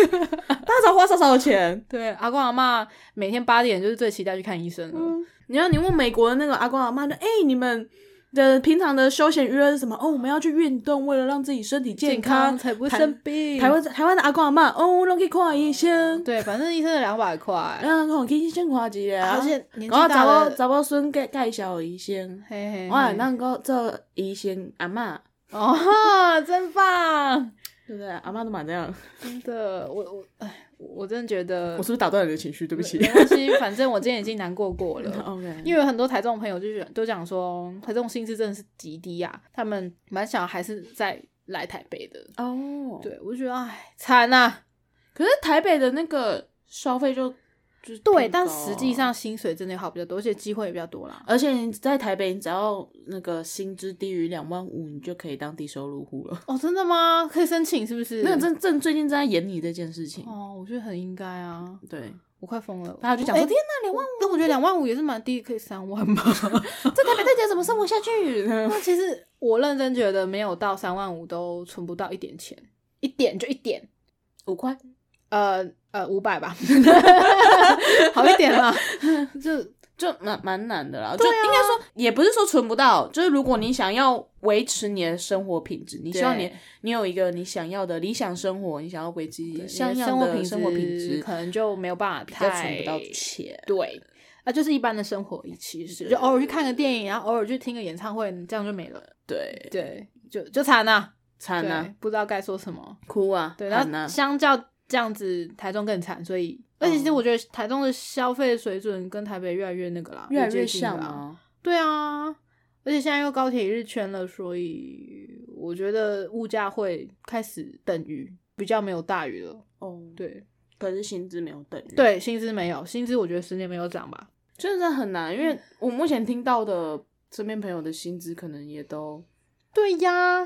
S3: 大家少花少少的钱。
S2: 对，阿公阿妈每天八点就是最期待去看医生了。
S3: 你要你问美国的那个阿公阿妈，就哎、你们的平常的休闲娱乐是什么？哦，我们要去运动，为了让自己身体
S2: 健
S3: 康
S2: 才不会
S3: 台
S2: 生病。
S3: 台湾台湾的阿公阿嬷哦，拢去看医生，
S2: 对，反正医生的两百块，
S3: 嗯，看去医生看一下，
S2: 而且年纪
S3: 然后
S2: 大
S3: 查某
S2: 了，
S3: 查某孙介介绍的医生，
S2: 嘿嘿，
S3: 哇，
S2: 嘿
S3: 咱个做医生阿嬷，
S2: 哦，真棒，
S3: 对不对？阿嬷都蛮这样，
S2: 真的，我我哎，我真的觉得
S3: 我是不是打断你的情绪？对不起哦
S2: 没。关 系，反正我今天已经难过过了。
S3: OK，
S2: 因为有很多台中的朋友就是都讲说，台中薪资真的是极低啊，他们蛮想还是在来台北的。
S3: 哦，对，
S2: 对，我就觉得哎，惨啊！
S3: 可是台北的那个消费就就是
S2: 对，
S3: 偏
S2: 但
S3: 高啊
S2: 实际，上薪水真的好比较多，而且机会也比较多啦。
S3: 而且你在台北，你只要那个薪资低于两万五，你就可以当低收入户了。
S2: 哦，真的吗？可以申请是不是？
S3: 那个正正最近正在演你这件事情，
S2: 哦，我觉得很应该啊，
S3: 对，
S2: 我快疯了。
S3: 大家就讲说
S2: 哎
S3: 天哪，两万
S2: 但我觉得两万五也是蛮低，可以三万吧。
S3: 在台北大家怎么生活下去？
S2: 那其实我认真觉得，没有到三万五都存不到一点钱，一点就一点，
S3: 五块，
S2: 呃呃，五百 吧，好一点啦。 就
S3: 就蛮蛮难的啦。就应该说，也不是说存不到，就是如果你想要维持你的生活品质，你希望你
S2: 对
S3: 你有一个你想要的理想生活，你想要维持像
S2: 你的
S3: 样
S2: 生活
S3: 的
S2: 品
S3: 生活品质，
S2: 可能就没有办法
S3: 比
S2: 太
S3: 较存不到钱。
S2: 对。啊，就是一般的生活，其实就偶尔去看个电影，然后偶尔去听个演唱会，这样就没了。
S3: 对，
S2: 对，就就惨了、
S3: 惨啊
S2: 对，，不知道该说什么。
S3: 哭啊，
S2: 对，
S3: 喊
S2: 那
S3: 啊，
S2: 相较这样子，台中更惨，所以而且
S3: 哦
S2: 其实我觉得台中的消费水准跟台北越来越那个啦，
S3: 越来
S2: 接
S3: 越
S2: 近了
S3: 像
S2: 啊。
S3: 啊。
S2: 对啊，而而且现在又高铁一日圈了，所以我觉得物价会开始等于比较没有大于了。
S3: 哦，对，
S2: 对
S3: 可是薪资没有等于，，
S2: 对，薪资没有，薪资我觉得十年没有涨吧。
S3: 真的很难，因
S2: 嗯
S3: 为我目前听到的身边朋友的薪资可能也都
S2: 对呀。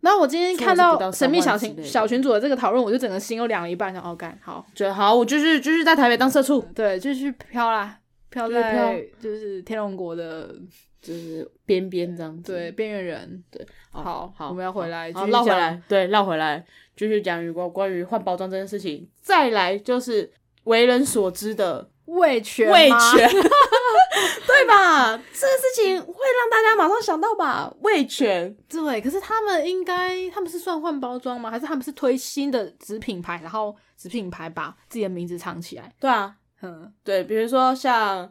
S2: 然后我今天看
S3: 数字不
S2: 到
S3: 到
S2: 神秘
S3: 三
S2: 小
S3: 万之类
S2: 群
S3: 的
S2: 小群组的这个讨论，我就整个心又凉了一半，想哦干好，
S3: 觉得好，我就是就是在台北当社畜，
S2: 对，就去飘啦，飘
S3: 就是
S2: 在就是天龙国的
S3: 就是边边这样子。
S2: 对，边缘人。
S3: 哦
S2: 好
S3: 好，
S2: 我们要回来
S3: 好，
S2: 继续
S3: 绕回
S2: 讲
S3: 来，对，绕回来，继续讲有关关于换包装这件事情。再来就是为人所知的
S2: 味全
S3: 味
S2: 吗
S3: 全， 对吧？这个事情会让大家马上想到吧？味全，
S2: 对，可是他们应该他们是算换包装吗？还是他们是推新的子品牌，然后子品牌把自己的名字藏起来？
S3: 对啊，
S2: 嗯，
S3: 对，比如说像，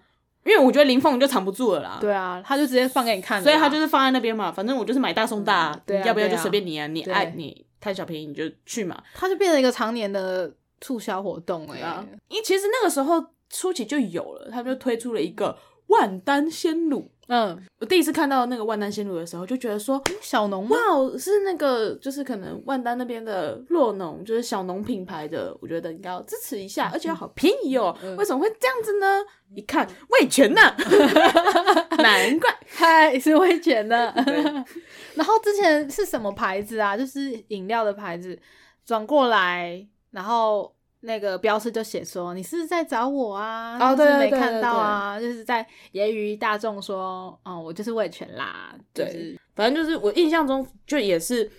S3: 因为我觉得林凤就藏不住了啦，
S2: 对啊，他就直接放给你看了啊
S3: 所
S2: 啦，
S3: 以他就是放在那边嘛，反正我就是买大送大啊，
S2: 嗯对啊
S3: 你要不要
S2: 对
S3: 就
S2: 啊
S3: 随便你啊，你
S2: 对
S3: 爱你贪小便宜你就去嘛。
S2: 他就变成一个常年的促销活动哎、
S3: 啊，因为其实那个时候初期就有了，他们就推出了一个万丹鲜乳。
S2: 嗯，
S3: 我第一次看到那个万丹鲜乳的时候，就觉得说，
S2: 小农吗
S3: 哇？哦，是那个就是可能万丹那边的弱农，就是小农品牌的，我觉得应该要支持一下，而且好便宜哦，
S2: 嗯
S3: 为什么会这样子呢？一看味全 呐、 难怪
S2: 嗨， 是会卷的
S3: 对。
S2: 然后之前是什么牌子啊？就是饮料的牌子，转过来，然后那个标识就写说你是在找我啊，
S3: 哦
S2: 是不是
S3: 对
S2: 没
S3: 对对
S2: 看到啊，就是在揶揄大众说，哦、我就是味全啦，就
S3: 对
S2: 是
S3: 反正就是我印象中就也是，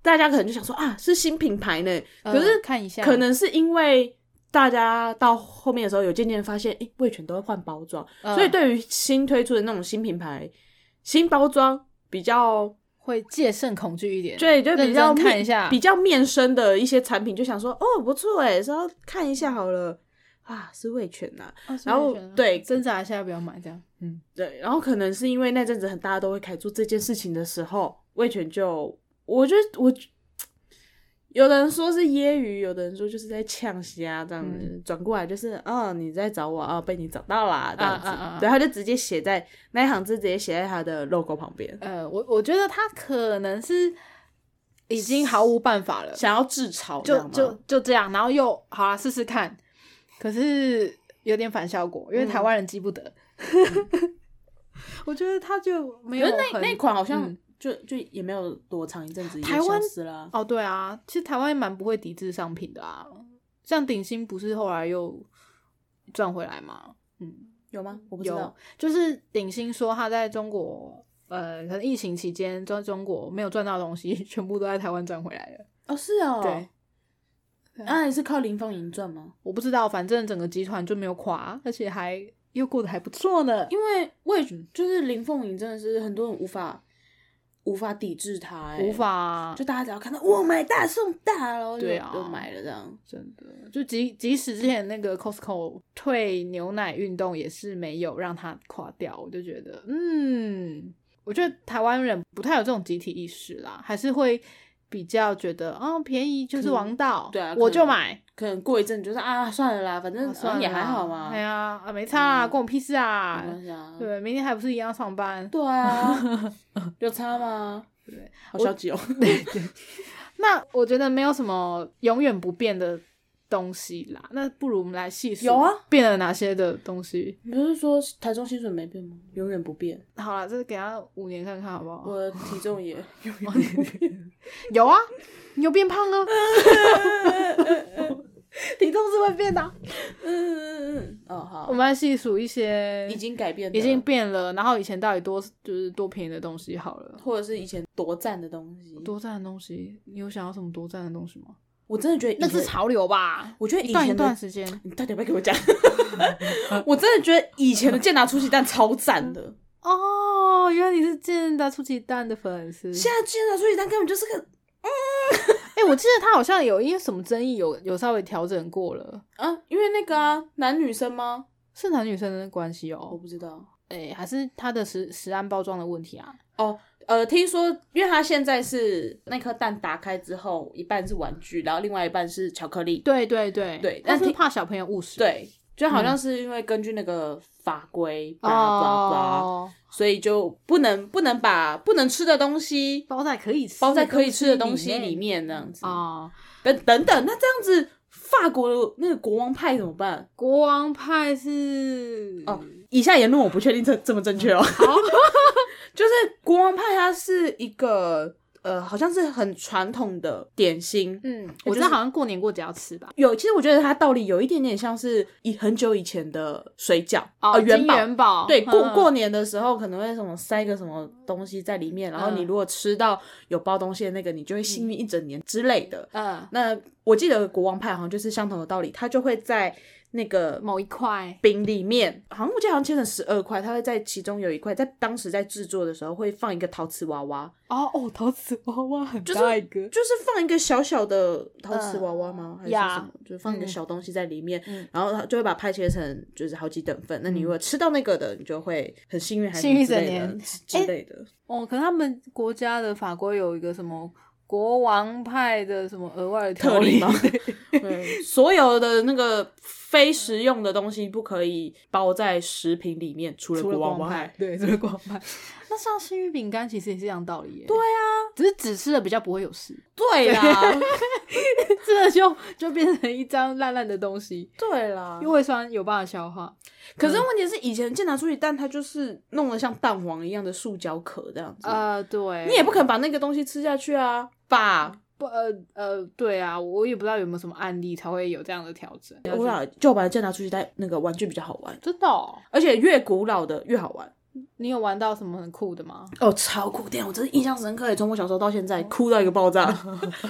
S3: 大家可能就想说啊，是新品牌呢，可
S2: 呃
S3: 是
S2: 看一下，
S3: 可能是因为。大家到后面的时候，有渐渐发现，诶、味全都会换包装，
S2: 嗯
S3: 所以对于新推出的那种新品牌、新包装比较
S2: 会戒慎恐惧一点，
S3: 对，就比较
S2: 认真看
S3: 面
S2: 一下
S3: 比较面生的一些产品，就想说哦不错哎，稍看一下好了啊，是味全呐、
S2: 哦是
S3: 然后
S2: 味全啊
S3: 对
S2: 挣扎一下要不要买这样，嗯，
S3: 对，然后可能是因为那阵子很大家都会开做这件事情的时候，味全就我觉得我有的人说是揶揄，有的人说就是在呛虾这样子，转过来就是哦你在找我啊、被你找到啦这样子，
S2: 啊啊啊
S3: 对，他就直接写在那一行字直接写在他的 logo 旁边，
S2: 呃，我我觉得他可能是已经毫无办法了，
S3: 想要自嘲这
S2: 就
S3: 样吗，
S2: 就就这样，然后又好啦，试试看，可是有点反效果，因为台湾人记不得。嗯 我觉得他就没有
S3: 可是那
S2: 很
S3: 那款好像
S2: 嗯
S3: 就、就也没有多长一阵子，
S2: 台湾
S3: 死了啊。
S2: 哦，对啊，其实台湾也蛮不会抵制商品的啊，像顶新不是后来又赚回来吗？嗯，
S3: 有吗？我不知
S2: 有
S3: 道。，
S2: 就是顶新说他在中国。呃，可能疫情期间在中国没有赚到的东西，全部都在台湾赚回来了。
S3: 哦，是哦。
S2: 对，
S3: 啊，你是靠林凤营赚吗？
S2: 我不知道，反正整个集团就没有垮，而且还又过得还不错呢。
S3: 因为我也就是林凤营真的是很多人无法无法抵制它、欸，
S2: 无法啊，
S3: 就大家只要看到我买大送大喽，
S2: 对啊
S3: 就就买了这样。
S2: 真的就即即使之前那个 Costco 退牛奶运动也是没有让它垮掉，我就觉得，嗯，我觉得台湾人不太有这种集体意识啦，还是会比较觉得，哦，便宜就是王道，
S3: 对啊
S2: 我就
S3: 可能
S2: 买，
S3: 可能过一阵就是啊，算了啦，反正、嗯
S2: 啊算了
S3: 也还
S2: 啦
S3: 好嘛，
S2: 哎呀，啊没差啊，
S3: 嗯
S2: 关我屁事啊
S3: 没，关系啊。
S2: 对，明天还不是一样上班，
S3: 对啊，有差吗？
S2: 对，
S3: 好消极哦。
S2: 那我觉得没有什么永远不变的东西啦，那不如我们来细数，
S3: 有啊，
S2: 变了哪些的东西？
S3: 你不是说台中薪水没变吗？永远不变。
S2: 好了，这给他五年看看好不好？
S3: 我的体重也永远不变，
S2: 有啊，你有变胖啊， 体重是会变的啊。
S3: 嗯嗯嗯，哦
S2: 我
S3: 好，
S2: 们来细数一些
S3: 已经改变的，
S2: 已经变了，然后以前到底多就是多便宜的东西好了。
S3: 或者是以前多赞的东西，
S2: 多赞的东西，你有想要什么多赞的东西吗？
S3: 我真的觉得以
S2: 那
S3: 前
S2: 是，潮流吧？
S3: 我觉得以
S2: 一段一
S3: 前
S2: 段
S3: 的，
S2: 时间
S3: 你到底要不要给我 讲？我真的觉得以前的健达出奇蛋超赞的，
S2: 哦，原来你是健达出奇蛋的粉丝。
S3: 现在健达出奇蛋根本就是个
S2: 哎、我记得他好像有因为什么争议有有稍微调整过了，
S3: 啊，因为那个啊，男女生吗？
S2: 是男女生的关系
S3: 我
S2: 哦。
S3: 不知道。
S2: 哎、还是他的食食安包装的问题啊？
S3: 呃，听说，因为它现在是那颗蛋打开之后，一半是玩具，然后另外一半是巧克力。
S2: 对对对
S3: 对
S2: 但
S3: 但
S2: 是
S3: 听
S2: 怕小朋友误食。
S3: 对，就好像是因为根据那个法规，
S2: 哦
S3: 巴拉巴拉，所以就不能不能把不能吃的东西
S2: 包在可以吃
S3: 包在可以吃的东西里面那样子。
S2: 哦，
S3: 等等等，那这样子法国的那个国王派怎么办？
S2: 国王派是嗯
S3: 哦以下言论我不确定这这么正确哦。
S2: 好
S3: 就是国王派，它是一个呃，好像是很传统的点心。
S2: 嗯，
S3: 我
S2: 我知
S3: 就是
S2: 道好像过年过节要吃吧。
S3: 有，其实我觉得它道理有一点点像是以很久以前的水饺啊、呃元
S2: 哦金
S3: 宝。
S2: 元宝
S3: 对，过
S2: 嗯
S3: 过年的时候可能会什么塞个什么东西在里面，然后你
S2: 嗯
S3: 如果吃到有包东西的那个，你就会幸运一整年之类的。
S2: 嗯
S3: 那我记得国王派好像就是相同的道理，它就会在那个
S2: 某一块
S3: 饼里面，好像我记得好像切成十二块，它会在其中有一块，在当时在制作的时候会放一个陶瓷娃娃，
S2: 哦哦，陶瓷娃娃很
S3: 就是
S2: 大一个，
S3: 就是放一个小小的陶瓷娃娃吗？还是
S2: 呀
S3: 什么？就是放一个小东西在里面，
S2: 嗯
S3: 然后它就会把派切成就是好几等份。那你如果吃到那个的，你就会很幸运，还是
S2: 幸运
S3: 之类
S2: 整
S3: 的
S2: 年
S3: 之类的。
S2: 哦，可能他们国家的法规有一个什么国王派的什么额外的
S3: 特
S2: 条
S3: 例
S2: 例
S3: 吗 对，所有的那个非食用的东西不可以包在食品里面，除了
S2: 除
S3: 国
S2: 了
S3: 王
S2: 王
S3: 派。，
S2: 对，除了国王派。那像幸运饼干其实也是一样道理耶。对啊，只是只吃了比较不会有事，
S3: 对啦，
S2: 吃了就就变成一张烂烂的东西，
S3: 对啦
S2: 因为胃酸有办法消化。
S3: 可是问题是，以前健达出奇蛋它就是弄得像蛋黄一样的塑胶壳这样子，
S2: 呃，对，
S3: 你也不可能把那个东西吃下去啊，吧？
S2: 不呃呃，对啊，我也不知道有没有什么案例才会有这样的调整。
S3: 古老旧版的健达出奇蛋那个玩具比较好玩，
S2: 真的哦、
S3: 而且越古老的越好玩。
S2: 你有玩到什么很酷的吗？
S3: 哦，超酷！天啊，我真是印象深刻耶，从我小时候到现在，哭到一个爆炸。嗯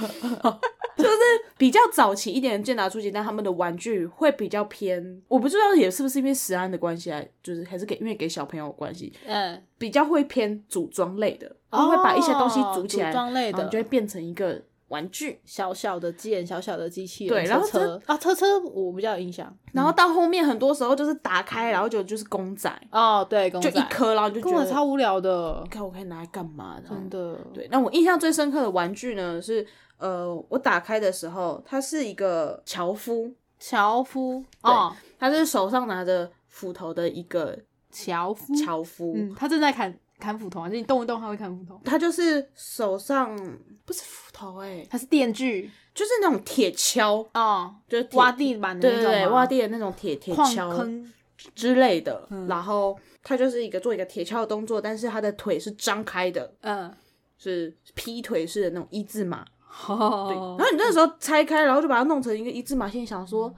S3: 就是比较早期一点的健达出奇蛋，他们的玩具会比较偏，我不知道也是不是因为食安的关系啊，就是还是给因为给小朋友的关系，
S2: 嗯，
S3: 比较会偏组装类的，他
S2: 哦
S3: 们会把一些东西组起来，
S2: 组装类的嗯
S3: 然后就会变成一个玩具。
S2: 小小的剑，小小的机器人，
S3: 对然后
S2: 车车啊，车车我比较有印象。
S3: 然后到后面很多时候就是打开，然后就就是公仔，
S2: 哦，对，公
S3: 就
S2: 仔
S3: 一颗，然后就觉
S2: 公仔
S3: 得
S2: 超无聊的，
S3: 看我可以拿来干嘛的。
S2: 真的。
S3: 对，那我印象最深刻的玩具呢是，呃，我打开的时候，它是一个樵夫，
S2: 樵夫哦，
S3: 他是手上拿着斧头的一个
S2: 樵夫，
S3: 樵夫，
S2: 嗯，他正在砍砍斧头，还是你动一动他会砍斧头？
S3: 他就是手上不是斧头哎、
S2: 他是电锯
S3: 就是那种铁锹，
S2: 哦，
S3: 就是铁
S2: 挖地板的
S3: 对
S2: 那
S3: 对
S2: 种
S3: 对，
S2: 吗
S3: 挖地的那种铁铁
S2: 矿
S3: 锹
S2: 坑
S3: 之类的，
S2: 嗯
S3: 然后他就是一个做一个铁锹的动作，但是他的腿是张开的，
S2: 嗯，
S3: 是劈腿式的那种一字马。对，
S2: 哦
S3: 然，后你那时候拆开，然后就把它弄成一个一字马，心里想说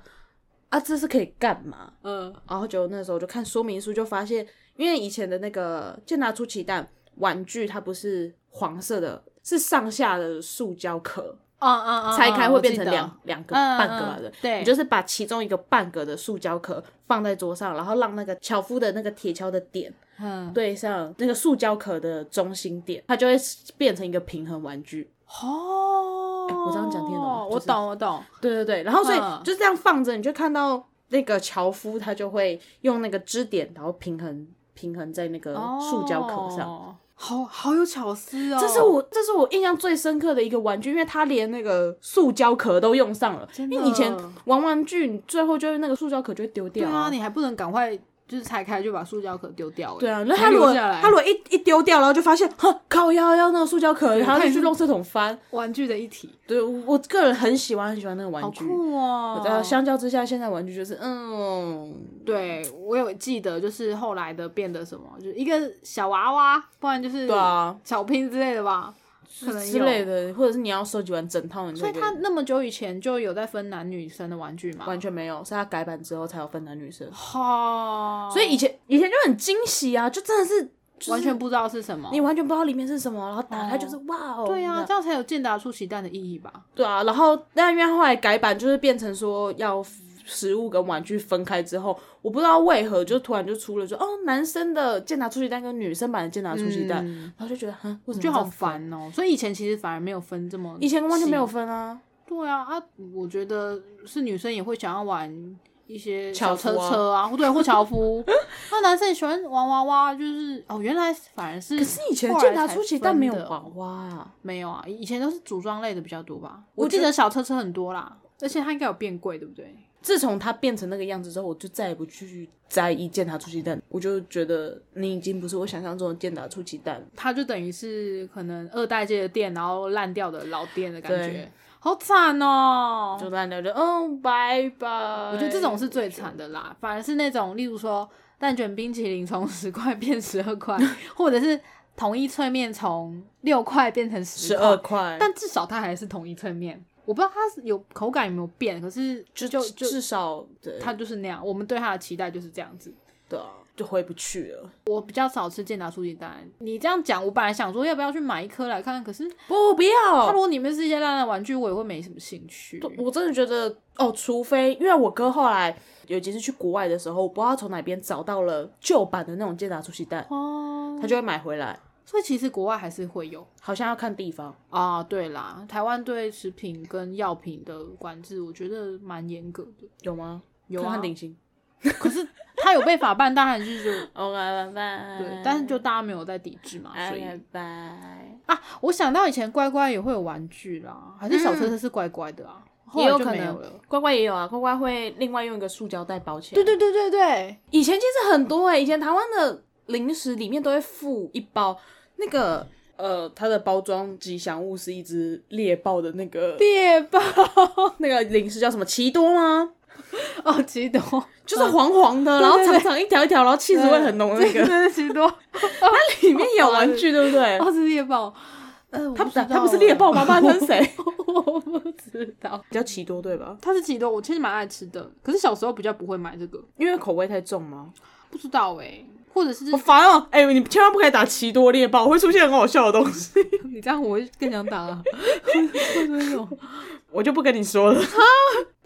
S3: 啊，这是可以干嘛？
S2: 嗯，
S3: 然后就那时候就看说明书，就发现，因为以前的那个健达出奇蛋玩具，它不是黄色的，是上下的塑胶壳，
S2: 啊啊啊，
S3: 拆开会
S2: 我记
S3: 变成
S2: 得
S3: 两两个
S2: 嗯
S3: 半个吧
S2: 嗯
S3: 的。
S2: 对，
S3: 你就是把其中一个半格的塑胶壳放在桌上，然后让那个樵夫的那个铁锹的点
S2: 嗯，
S3: 对上那个塑胶壳的中心点，它就会变成一个平衡玩具。
S2: 哦，
S3: 我这样讲听得懂吗
S2: 我
S3: 就是
S2: 懂，我懂。
S3: 对对对，然后所以
S2: 嗯
S3: 就这样放着，你就看到那个樵夫他就会用那个支点，然后平衡平衡在那个塑胶壳上。
S2: 哦好好有巧思哦。
S3: 这是我这是我印象最深刻的一个玩具，因为它连那个塑胶壳都用上了。
S2: 真
S3: 因
S2: 的
S3: 为以前玩玩具，你最后就是那个塑胶壳就会丢
S2: 对
S3: 掉
S2: 啊，你还不能赶快就是拆开就把塑胶壳丢掉欸。
S3: 对啊，那
S2: 还
S3: 他如果
S2: 留下来
S3: 他如果一一丢掉，然后就发现，哼，靠腰腰那个塑胶壳，然后就去垃圾桶翻。
S2: 玩具的一体，
S3: 对我我个人很喜欢很喜欢那个玩
S2: 好
S3: 具。
S2: 酷哦。
S3: 呃，相较之下，现在玩具就是嗯，
S2: 对我有记得，就是后来的变得什么，就是一个小娃娃，不然就是
S3: 对啊，
S2: 小拼之类的吧，可能
S3: 之
S2: 有
S3: 类。的，或者是你要收集完整套，你就
S2: 所以
S3: 觉
S2: 他
S3: 得
S2: 那么久以前就有在分男女生的玩具嘛？
S3: 完全没有，是他改版之后才有分男女
S2: 哦
S3: 生。
S2: 哈，
S3: 所以以前以前就很惊喜啊，就真的是、就是
S2: 完全不知道是什么。
S3: 你完全不知道里面是什么，然后打开就是、哇哦，
S2: 对啊，
S3: 这样
S2: 这样才有健达出奇蛋的意义吧？
S3: 对啊，然后但因为后来改版就是变成说要食物跟玩具分开之后，我不知道为何就突然就出了说哦男生的健达出奇蛋跟女生版的健达出奇蛋，
S2: 嗯
S3: 然后就觉得哼为什么
S2: 就
S3: 这
S2: 好
S3: 样分？
S2: 烦哦、所以以前其实反而没有分这么细，
S3: 以前完全没有分啊，
S2: 对啊啊，我觉得是女生也会想要玩一些小
S3: 樵夫
S2: 车
S3: 啊
S2: 车啊，对，或樵 夫。那男生也喜欢玩娃娃，就是哦，原来反而是
S3: 可是以前
S2: 后来
S3: 健达
S2: 才
S3: 出奇蛋
S2: 分
S3: 没有
S2: 的哦
S3: 娃娃啊，
S2: 没有啊，以前都是组装类的比较多吧。
S3: 我
S2: 我记
S3: 觉
S2: 得小车车很多啦，而且它应该有变贵，对不对？
S3: 自从他变成那个样子之后，我就再也不去在意健达出奇蛋，我就觉得你已经不是我想象中的健达出奇蛋。
S2: 它就等于是可能二代接的店，然后烂掉的老店的感觉
S3: 对，
S2: 好惨哦、
S3: 就烂掉就嗯拜拜。我
S2: 我觉得这种是最惨的啦，反而是那种，例如说蛋卷冰淇淋从十块变十二 块，或者是统一脆面从六块变成
S3: 十
S2: 十
S3: 二，块，
S2: 但至少它还是统一脆面。我不知道它是有口感有没有变，可是就就就
S3: 至少对
S2: 它就是那样，我们对它的期待就是这样子。
S3: 对啊就回不去了。
S2: 我比较少吃健达酥鸡蛋，你这样讲，我本来想说要不要去买一颗来看看，可是
S3: 不，不
S2: 它如
S3: 要。
S2: 果里面是一些烂烂玩具，我也会没什么兴趣。
S3: 我真的觉得哦，除非因为我哥后来有几次去国外的时候，我不知道从哪边找到了旧版的那种健达出奇蛋，
S2: 哦，
S3: 他就会买回来。
S2: 所以其实国外还是会有。
S3: 好像要看地方，
S2: 啊，对啦，台湾对食品跟药品的管制，我觉得蛮严格的。
S3: 有吗？
S2: 有
S3: 看
S2: 啊
S3: 看，顶薪。
S2: 可是他有被法办，当然 是就
S3: OK，拜拜。哎
S2: 对，但是就大家没有在抵制嘛，所以
S3: 拜拜。
S2: 啊，我想到以前乖乖也会有玩具啦，还是小车车是乖乖的啊，后
S3: 也
S2: 来
S3: 有
S2: 就
S3: 可
S2: 没有
S3: 能
S2: 了。
S3: 乖乖也有啊，乖乖会另外用一个塑胶袋包起来。
S2: 对，对对对对，
S3: 以前其实很多哎、以前台湾的零食里面都会附一包那个呃，它的包装吉祥物是一只猎豹的那个
S2: 猎豹
S3: 那个零食叫什么奇多吗？
S2: 哦，奇多，
S3: 就是黄黄的，然后长长一条一条，然后气质会很浓的那
S2: 对
S3: 个，
S2: 对奇 多，
S3: 里面有玩具，对不对？
S2: 哦是猎豹，呃，我
S3: 它
S2: 不
S3: 不
S2: 知道
S3: 它不是猎豹 吗？不然它是谁？
S2: 我不知道，
S3: 叫奇多对吧？
S2: 它是奇多，我其实蛮爱吃的，可是小时候比较不会买这个，
S3: 因为口味太重吗？
S2: 不知道哎、或者是
S3: 好烦哦！哎、你千万不可以打奇多猎豹，会出现很好笑的东西，
S2: 你这样我会更想打啊，
S3: 我就不跟你说了。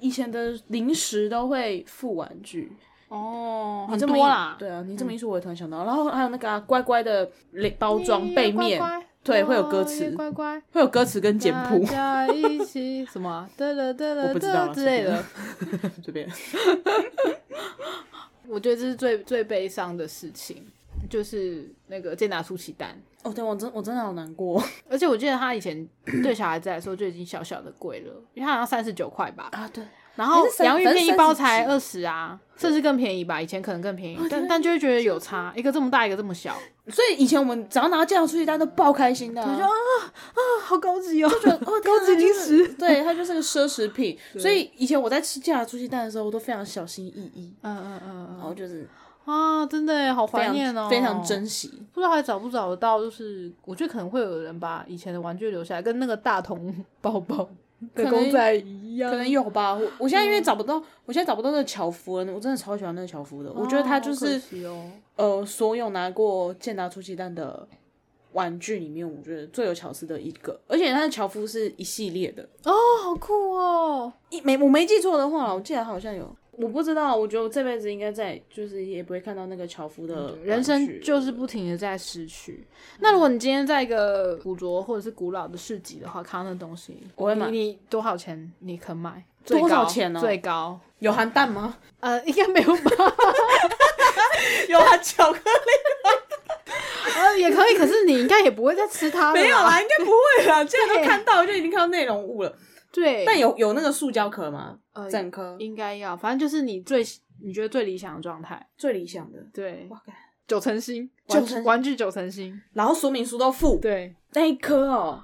S3: 以前的零食都会附玩具，
S2: 哦，
S3: 你
S2: 很
S3: 这么
S2: 多啦，
S3: 一对啊，你这么一说，我也突然想到，然后还有那个、啊、乖乖的零包装背面
S2: 哎乖乖
S3: 对会有歌词
S2: 哦乖乖
S3: 会有歌词跟简谱，
S2: 大家一起什么啊得了得了
S3: 我不知
S2: 得
S3: 道啊
S2: 了
S3: 啦
S2: 之类的，
S3: 这边
S2: 我觉得这是最最悲伤的事情，就是那个健达出奇蛋。
S3: 哦，对我真我真的好难过
S2: 而且我记得他以前对小孩子来说就已经小小的贵了，因为他好像三十九块吧，
S3: 啊！对，
S2: 然后
S3: 还是三
S2: 哦洋芋片一包才
S3: 反
S2: 二十啊，甚至更便宜吧，以前可能更便
S3: 哦
S2: 宜，但但就会觉得有差，一个这么大，一个这么小，
S3: 所以以前我们只要拿到健康出奇蛋都爆开心的、啊，
S2: 就好高级哦，
S3: 哦，
S2: 高级零食，
S3: 对，它就是个奢侈品。 所以以前我在吃健达出奇蛋的时候，我都非常小心翼翼，
S2: 嗯嗯嗯
S3: 然后就是
S2: 嗯，啊，真的耶好
S3: 非
S2: 怀念哦，
S3: 常非常。珍惜。
S2: 不知道还找不找得到，就是我觉得可能会有人把以前的玩具留下来，跟那个大童包包的
S3: 能
S2: 公仔一样
S3: 可。能有吧，我我现在
S2: 嗯
S3: 因为找不到，我现在找不到那个樵夫了，我真的超喜欢那个樵夫的，我觉得他就
S2: 哦好可
S3: 是
S2: 惜哦，
S3: 呃，所有拿过健达出奇蛋的玩具里面，我觉得最有巧思的一个，而且他的樵夫是一系列的，
S2: 哦，好酷哦，
S3: 一没我没记错的
S2: 嗯
S3: 话，我记得好像有，我不知道，我觉得我这辈子应该在就是也不会看到那个樵夫的
S2: 人
S3: 玩
S2: 生
S3: 具
S2: 就是不停的在失去。
S3: 嗯
S2: 那如果你今天在一个古着或者是古老的市集的话，看到那东西，
S3: 我会买
S2: 你你多少钱你肯买？
S3: 多
S2: 最高
S3: 少钱哦
S2: 最高？
S3: 有含蛋吗？
S2: 呃，应该没有吧？
S3: 有含巧克力
S2: 呃，也可以，可是你应该也不会再吃它了。
S3: 没有啊啦，，应该不会 啦，既然
S2: 对
S3: 都看到，就已经看到内容物了。
S2: 对，
S3: 但有有那个塑胶壳吗？
S2: 呃
S3: 整颗
S2: 应该要，反正就是你最你觉得最理想的状态。
S3: 最理想的，
S2: 对，
S3: 哇干
S2: 九成新，
S3: 九
S2: 玩具
S3: 成
S2: 玩具九成新，
S3: 然后说明书都附，
S2: 对，
S3: 那一颗哦，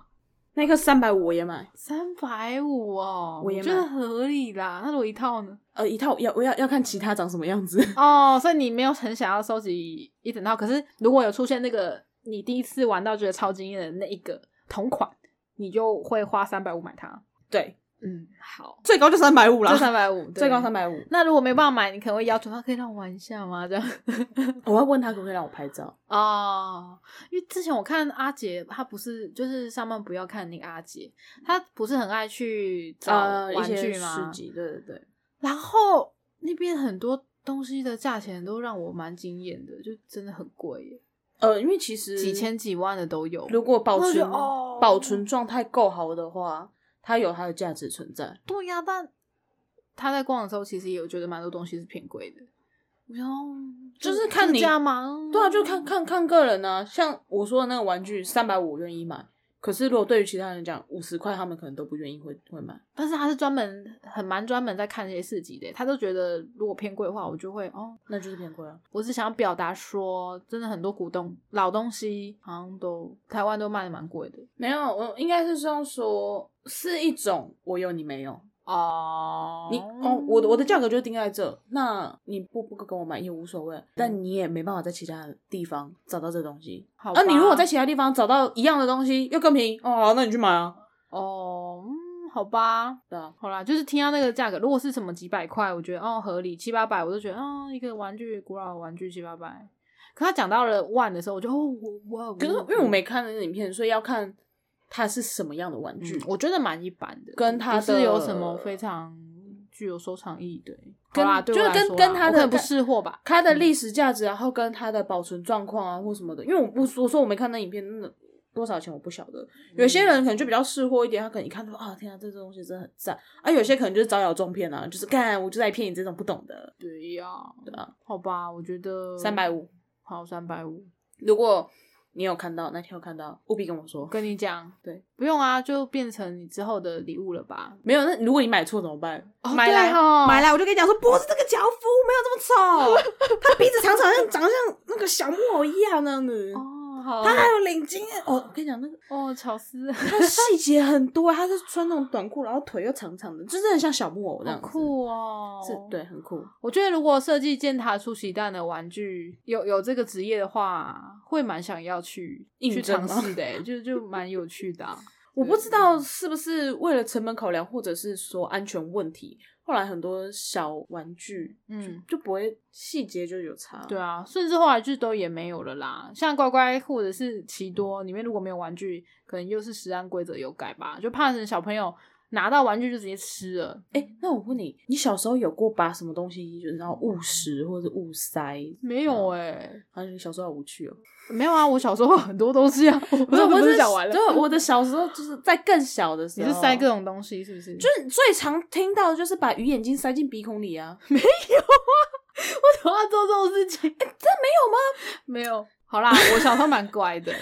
S3: 那一颗三百五我也买。
S2: 三百五哦，
S3: 我也
S2: 觉
S3: 买
S2: 得合理啦。那如果一套呢？
S3: 呃，一套要我要要看其他长什么样子。
S2: 哦，所以你没有很想要收集一整套，可是如果有出现那个你第一次玩到觉得超惊艳的那一个同款，你就会花三百五买它。
S3: 对，
S2: 嗯，好，
S3: 最高就三百五
S2: 就
S3: 啦，
S2: 三百五，
S3: 最高
S2: 对
S3: 三。百五。
S2: 那如果没办法买，你可能会要求他可以让我玩一下吗？这样。
S3: 我要问他可不可以让我拍照。
S2: 哦，因为之前我看阿杰，他不是就是上班不要看那个阿杰，他不是很爱去找
S3: 呃，一
S2: 玩
S3: 些
S2: 具吗？
S3: 市集，对对对，
S2: 然后那边很多东西的价钱都让我蛮惊艳的，就真的很贵耶，
S3: 呃，因为其实
S2: 几千，几万的都有。
S3: 如果保
S2: 我就觉
S3: 存
S2: 得哦
S3: 保存状态够好的话，它有它的价值存在。
S2: 对呀、但他在逛的时候，其实也有觉得蛮多东西是偏贵的。然后
S3: 就是看你啊
S2: 价嘛，哦
S3: 对啊，就看看看个人啊。像我说的那个玩具，三百五我愿意买，可是如果对于其他人讲，五十块他们可能都不愿意会会买。
S2: 但是他是专门很蛮专门在看这些市集的，他都觉得如果偏贵的话，我就会哦。
S3: 那就是偏贵啊。
S2: 我只想表达说，真的很多古董老东西好像都台湾都卖的蛮贵的
S3: 没有，我应该是这样说，是一种我有你没有，
S2: 哦
S3: 你哦，我的我的价格就定在这，那你不不跟我买也无所谓，但你也没办法在其他地方找到这东西。
S2: 好吧
S3: 啊，你如果在其他地方找到一样的东西又更便宜，哦，好，那你去买啊。
S2: 哦，嗯好吧，
S3: 对啊，
S2: 好啦，就是听到那个价格，如果是什么几百块，我觉得哦合理，七八百我都觉得哦一个玩具古老的玩具七八百。可他讲到了万的时候，我就哦我我，
S3: 可是因为我没看那个影片，所以要看它是什么样的玩具
S2: 嗯，，我觉得蛮一般的，
S3: 跟他
S2: 不
S3: 的
S2: 是有什么非常具有收藏意义的。
S3: 跟
S2: 好啦对
S3: 就
S2: 我
S3: 是
S2: 来
S3: 跟
S2: 说啦
S3: 跟他
S2: 我
S3: 的
S2: 可能不识货吧。
S3: 它的历史价值，然后跟它的保存状况啊或什么的。因为我不我说我没看那影片，那多少钱我不晓得。有些人可能就比较识货一点，他可能一看就说啊，天啊，这东西真的很赞啊。有些可能就是招摇撞骗啊，就是干，我就在骗你这种不懂的，
S2: 对呀、
S3: 对吧？
S2: 好吧，我觉得
S3: 三百，五，
S2: 好三百五。
S3: 如果你有看到那天有看到，务必跟我说
S2: 我。跟你讲，
S3: 对，
S2: 不用啊，就变成你之后的礼物了吧？
S3: 没有，那如果你买错怎么办？
S2: 哦
S1: 买来、
S2: 对哦
S1: 买来，我就跟你讲说，不是这个脚夫没有这么丑，他鼻子长长，像长得像那个小木偶一样那样子。
S2: 哦，好
S1: 他还有领巾哦，
S3: 哦，我跟你讲，那个
S2: 哦，巧思，
S3: 它细节很多，欸他是穿那种短裤，然后腿又长长的，就真的很像小木偶那
S2: 好
S3: 样子。
S2: 酷哦！
S3: 是，对，，很酷。
S2: 我觉得如果设计健塔出奇蛋的玩具，有有这个职业的话，会蛮想要去
S3: 应
S2: 去
S3: 征
S2: 尝
S3: 吗
S2: 试的欸，就就蛮有趣的 啊、
S3: 我不知道是不是为了成本考量，或者是说安全问题，后来很多小玩具
S2: 嗯，
S3: 就不会细节就有差。
S2: 对，啊，甚至后来就都也没有了啦。像乖乖或者是奇多里面如果没有玩具，可能又是食安规则有改吧，就怕是小朋友拿到玩具就直接吃了。
S3: 哎、那我问你，你小时候有过把什么东西，就是然后误食或者误塞？
S2: 没有哎、
S3: 好像你小时候好无趣哦。
S2: 没有啊，我小时候很多东西啊，我
S3: 不是，
S2: 不
S3: 我
S2: 是
S3: 是
S2: 讲完了
S3: 对，，我的小时候就是在更小的时
S2: 你
S3: 候，
S2: 是塞各，种东西是不是？
S3: 就是最常听到的就是把鱼眼睛塞进鼻孔里啊。
S2: 为什么要做这种事情？真没有吗？没有。好啦，我小时候蛮乖的。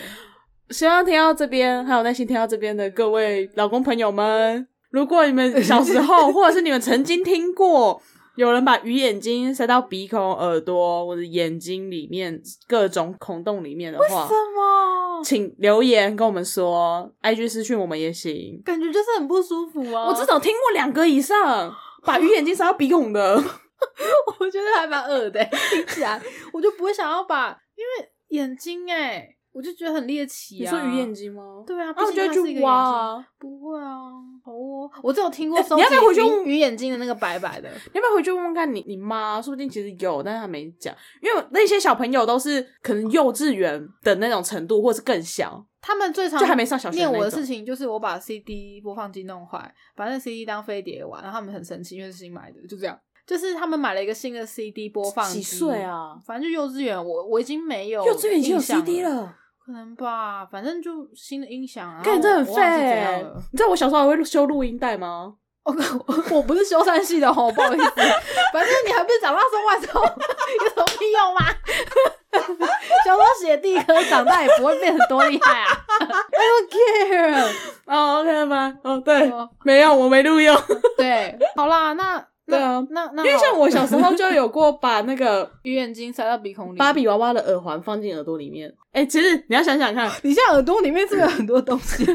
S3: 希望听到这边，还有耐心听到这边的各位老公朋友们，如果你们小时候，或者是你们曾经听过有人把鱼眼睛塞到鼻孔、耳朵或者眼睛里面各种孔洞里面的话，
S2: 么？
S3: 请留言跟我们说，IG 私讯我们也行。哦
S2: 感觉就是很不舒服啊！
S3: 我至少听过两个以上把鱼眼睛塞到鼻孔的，
S2: 我觉得还蛮恶的、欸听起来我就不会想要把，因为眼睛哎、我就觉得很猎奇
S3: 你
S2: 啊。
S3: 说鱼眼？睛吗？
S2: 对啊，
S3: 那我
S2: 毕竟
S3: 就
S2: 它
S3: 会
S2: 是一个
S3: 去挖
S2: 眼睛。
S3: 啊。
S2: 不会啊，好哦，我只有听过
S3: 哎
S2: 收
S3: 你
S2: 集
S3: 要不要回去问
S2: 鱼鱼眼睛的那个白白的，
S3: 你要不要回去问问看你你妈？说不定其实有，但是她没讲，因为那些小朋友都是可能幼稚园的那种程度，或是更小，
S2: 他们最常
S3: 就还没上小学
S2: 念
S3: 那
S2: 我的
S3: 种
S2: 事情就是我把 CD 播放机弄坏，把那 CD 当飞碟玩，然后他们很生气，因为是新买的，就这样。就是他们买了一个新的 CD 播放机，
S3: 几岁？啊？
S2: 反正就幼稚园，我我已经没有
S3: 幼稚园已经有
S2: 印象
S3: CD
S2: 了，
S3: 了，
S2: 可能吧，反正就新的音响啊。
S3: 看你
S2: 这
S3: 这很废、欸。你知道我小时候还会修录音带吗？
S2: 哦我我我不是修缮系的哦，不好意思。 反正你还不是长大生外头，有什么屁用吗？ 小时候写地科，长大也不会变得多厉害啊。
S3: 哦，OK 吧，哦，对
S2: 哦，
S3: 没有，我没录用。
S2: 对，好啦， 那那
S3: 对啊
S2: 那那
S3: 因为像
S2: 好
S3: 我小时候就有过把那个
S2: 鱼眼睛塞到鼻孔里，
S3: 芭比娃娃的耳环放进耳朵里面。哎、其实你要想想看，
S2: 你现在耳朵里面是不是有很多东西？
S3: 因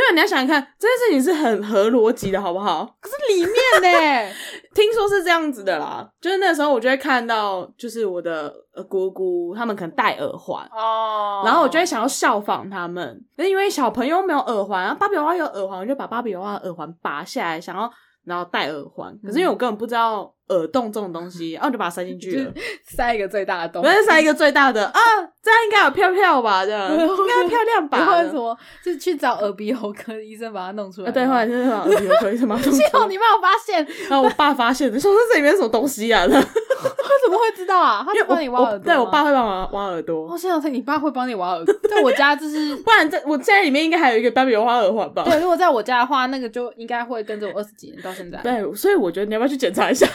S3: 为你要想想看，这件事情是很合逻辑的，好不好？
S2: 里面 呢？
S3: 听说是这样子的啦，就是那时候我就会看到，就是我的呃姑姑他们可能戴耳环，
S2: 哦
S3: 然后我就会想要效仿他们。那因为小朋友没有耳环，啊，芭比娃娃有耳环，我就把芭比娃娃的耳环拔下来，想要然后戴耳环。
S2: 嗯
S3: 可是因为我根本不知道耳洞这种 东西，啊然后我就把它塞进去了。
S2: 塞一个最大的东
S3: 我
S2: 西。
S3: 再塞一个最大的啊，这样应该有票票吧？这样 应该漂亮吧？
S2: 后什么？是去找耳鼻喉科医生把它弄出来。
S3: 啊，对，后来就是耳鼻喉科医生嘛。
S2: 幸好你没有发现， 他
S3: 然后我爸发现的，说这里面什么东西啊？
S2: 怎么会知道啊？他
S3: 因
S2: 就
S3: 为
S2: 帮你挖
S3: 我
S2: 耳朵。
S3: 对我爸。会帮我挖耳朵。
S2: 我想想，你爸会帮你挖耳 朵。在我家就是，
S3: 不然在我家里面应该还有一个芭比娃娃耳环吧？
S2: 对，如果在我家的话，那个就应该会跟着我二十几年到现在。
S3: 对，所以我觉得你要不要去检查一下？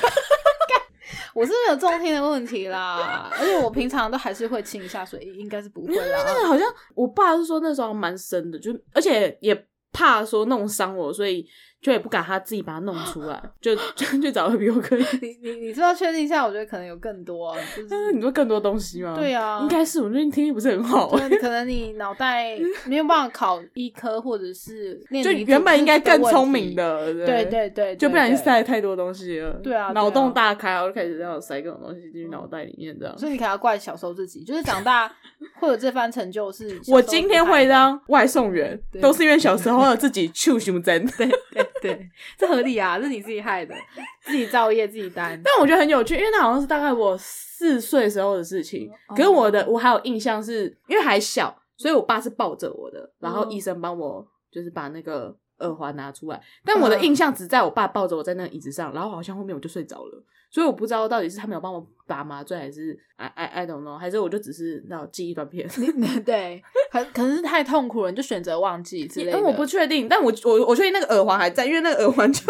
S2: 我是没有中天的问题啦，而且我平常都还是会清一下水，应该是不会
S3: 但
S2: 啦。
S3: 好像我爸是说那时候蛮深的，就而且也怕说弄伤我，所以就也不敢他自己把它弄出 来，就就就找个比我可以。
S2: 你你你是要确定一下？我觉得可能有更多，啊就是
S3: 但是你说更多东西吗？
S2: 对、啊，
S3: 应该是我最近听力不是很好、
S2: 对可能你脑袋没有办法考医科，或者是念
S3: 就
S2: 理组
S3: 原本应该更聪明，
S2: 这是
S3: 的，
S2: 个问题对对对，
S3: 就不小心
S2: 对
S3: 塞了太多东西了，
S2: 对啊对啊
S3: 脑洞大开，然后就开始这样塞各种东西进去脑袋里面，这样。
S2: 所以你可能要怪小时候自己，就是长大会有这番成就是小时候
S3: 我今天会
S2: 不太有，
S3: 当外送员，
S2: 对
S3: 都是因为小时候有自己去胸针。对，
S2: 对对，这合理啊，这是你自己害的，自己造业自己担。
S3: 但我觉得很有趣，因为那好像是大概我四岁时候的事情。
S2: 哦
S3: 可是我的我还有印象是，因为还小，所以我爸是抱着我的，然后
S2: 嗯
S3: 医生帮我就是把那个耳环拿出来。但我的印象只在我爸抱着我在那个椅子上，然后好像后面我就睡着了，所以我不知道到底是他们有帮我打麻醉，还是 I I I don't know，还是我就只是那种记忆断片。
S2: 对，可可能是太痛苦了，你就选择忘记之类的。
S3: 哎但我不确定，但我我我确定那个耳环还在，因为那个耳环就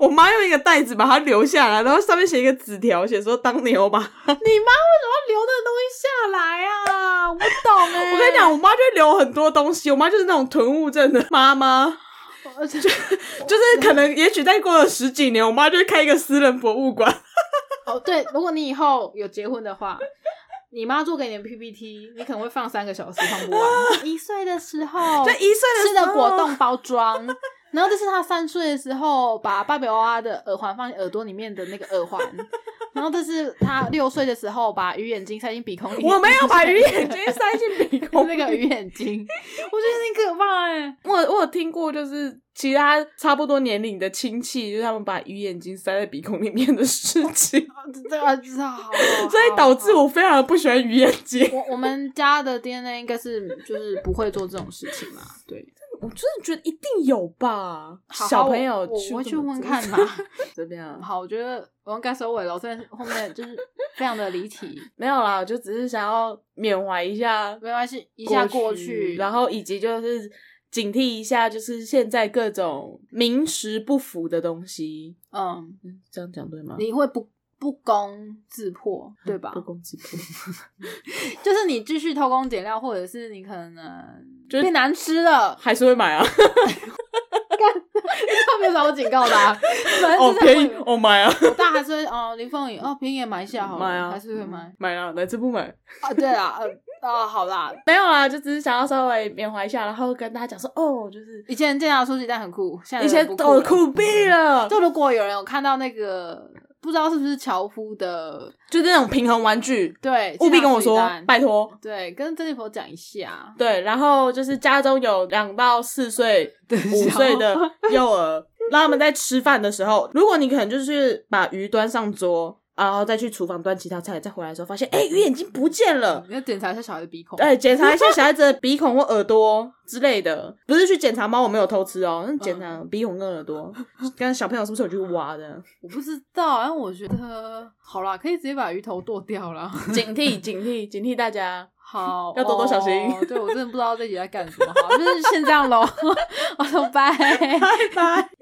S3: 我妈用一个袋子把它留下来，然后上面写一个纸条，写说当牛吧。
S2: 留那个东西下来 啊，我不懂哎、
S3: 我跟你讲，我妈就会留很多东西，我妈就是那种囤物症的妈妈，
S2: 而且
S3: 就是可能也许再过了十几年，我妈就会开一个私人博物馆。
S2: 哦，对，如果你以后有结婚的话，你妈做给你的 PPT，你可能会放三个小时放不完。 一岁的时候，
S3: 对，一岁
S2: 吃
S3: 的
S2: 的哦
S3: 时候
S2: 果冻包装，然后这是他三岁的时候把芭比娃娃的耳环放进耳朵里面的那个耳环，然后这是他六岁的时候把鱼眼睛塞进鼻孔里，
S3: 我没有把鱼眼睛塞 进鼻孔。
S2: 那个鱼眼睛，我觉得很可怕哎、
S3: 我我有听过，就是其他差不多年龄的亲戚，就是他们把鱼眼睛塞在鼻孔里面的事情，
S2: 这这啊，知道，好好
S3: 所以导致
S2: 好
S3: 我非常的不喜欢鱼眼睛。
S2: 我我们家的 DNA 应该是就是不会做这种事情啦，对。
S3: 我真的觉得一定有吧，
S2: 好好
S3: 小朋友
S2: 我我会
S3: 这
S2: 去
S3: 么
S2: 问
S3: 做
S2: 看嘛。
S3: 怎么样？
S2: 好，我觉得我应该收尾了，我真的后面就是非常的离题，
S3: 没有啦，我就只是想要缅怀一下
S2: 没关系，一下过
S3: 去，
S2: 去，
S3: 然后以及就是警惕一下，就是现在各种名实不符的东西。
S2: 嗯，
S3: 嗯，这样讲对吗？
S2: 你会不不攻自破，对吧
S3: 不？攻自破，
S2: 就是你继续偷工减料，或者是你可能
S3: 就是
S2: 变难吃了，
S3: 还是会买啊？
S2: 他没有找我警告的 啊，反正
S3: 哦
S2: 就，是
S3: 便
S2: 会
S3: 宜，哦，买啊，
S2: 我大还是会哦，林凤颖哦，便宜也买一下好
S3: 买
S2: 了，
S3: 啊，
S2: 还是会买
S3: 买啊，哪次不买？
S2: 啊，对啦，呃啊，好啦，
S3: 没有啦，就只是想要稍微缅怀一下，然后跟大家讲说，哦，就是
S2: 以前健达书记蛋很酷，现在
S3: 一些
S2: 都
S3: 都哦酷毙了，
S2: 就如果有人有看到那个不知道是不是樵夫的，
S3: 就是那种平衡玩具，
S2: 对，
S3: 务必跟我
S2: 鸡
S3: 说
S2: 蛋，
S3: 拜托。
S2: 对，跟珍妮佛讲一下。
S3: 对，然后就是家中有两到四岁、 五岁的幼儿，让他们在吃饭的时候，如果你可能就是把鱼端上桌，然后再去厨房端其他菜，再回来的时候发现，哎，鱼眼睛不见了。
S2: 你要检查一下小孩的鼻孔，
S3: 对，检查一下小孩子的鼻孔或耳朵之类的，不是去检查猫，我没有偷吃哦，是检查鼻孔跟耳朵，跟小朋友是不是有去挖的？
S2: 我不知道，但我觉得好啦，可以直接把鱼头剁掉啦。
S3: 警惕，警惕，警惕大家！
S2: 好，
S3: 要多多小心
S2: 哦 对我真的不知道这集在干什么，好，就是先这样喽，好，拜拜。
S3: 拜拜。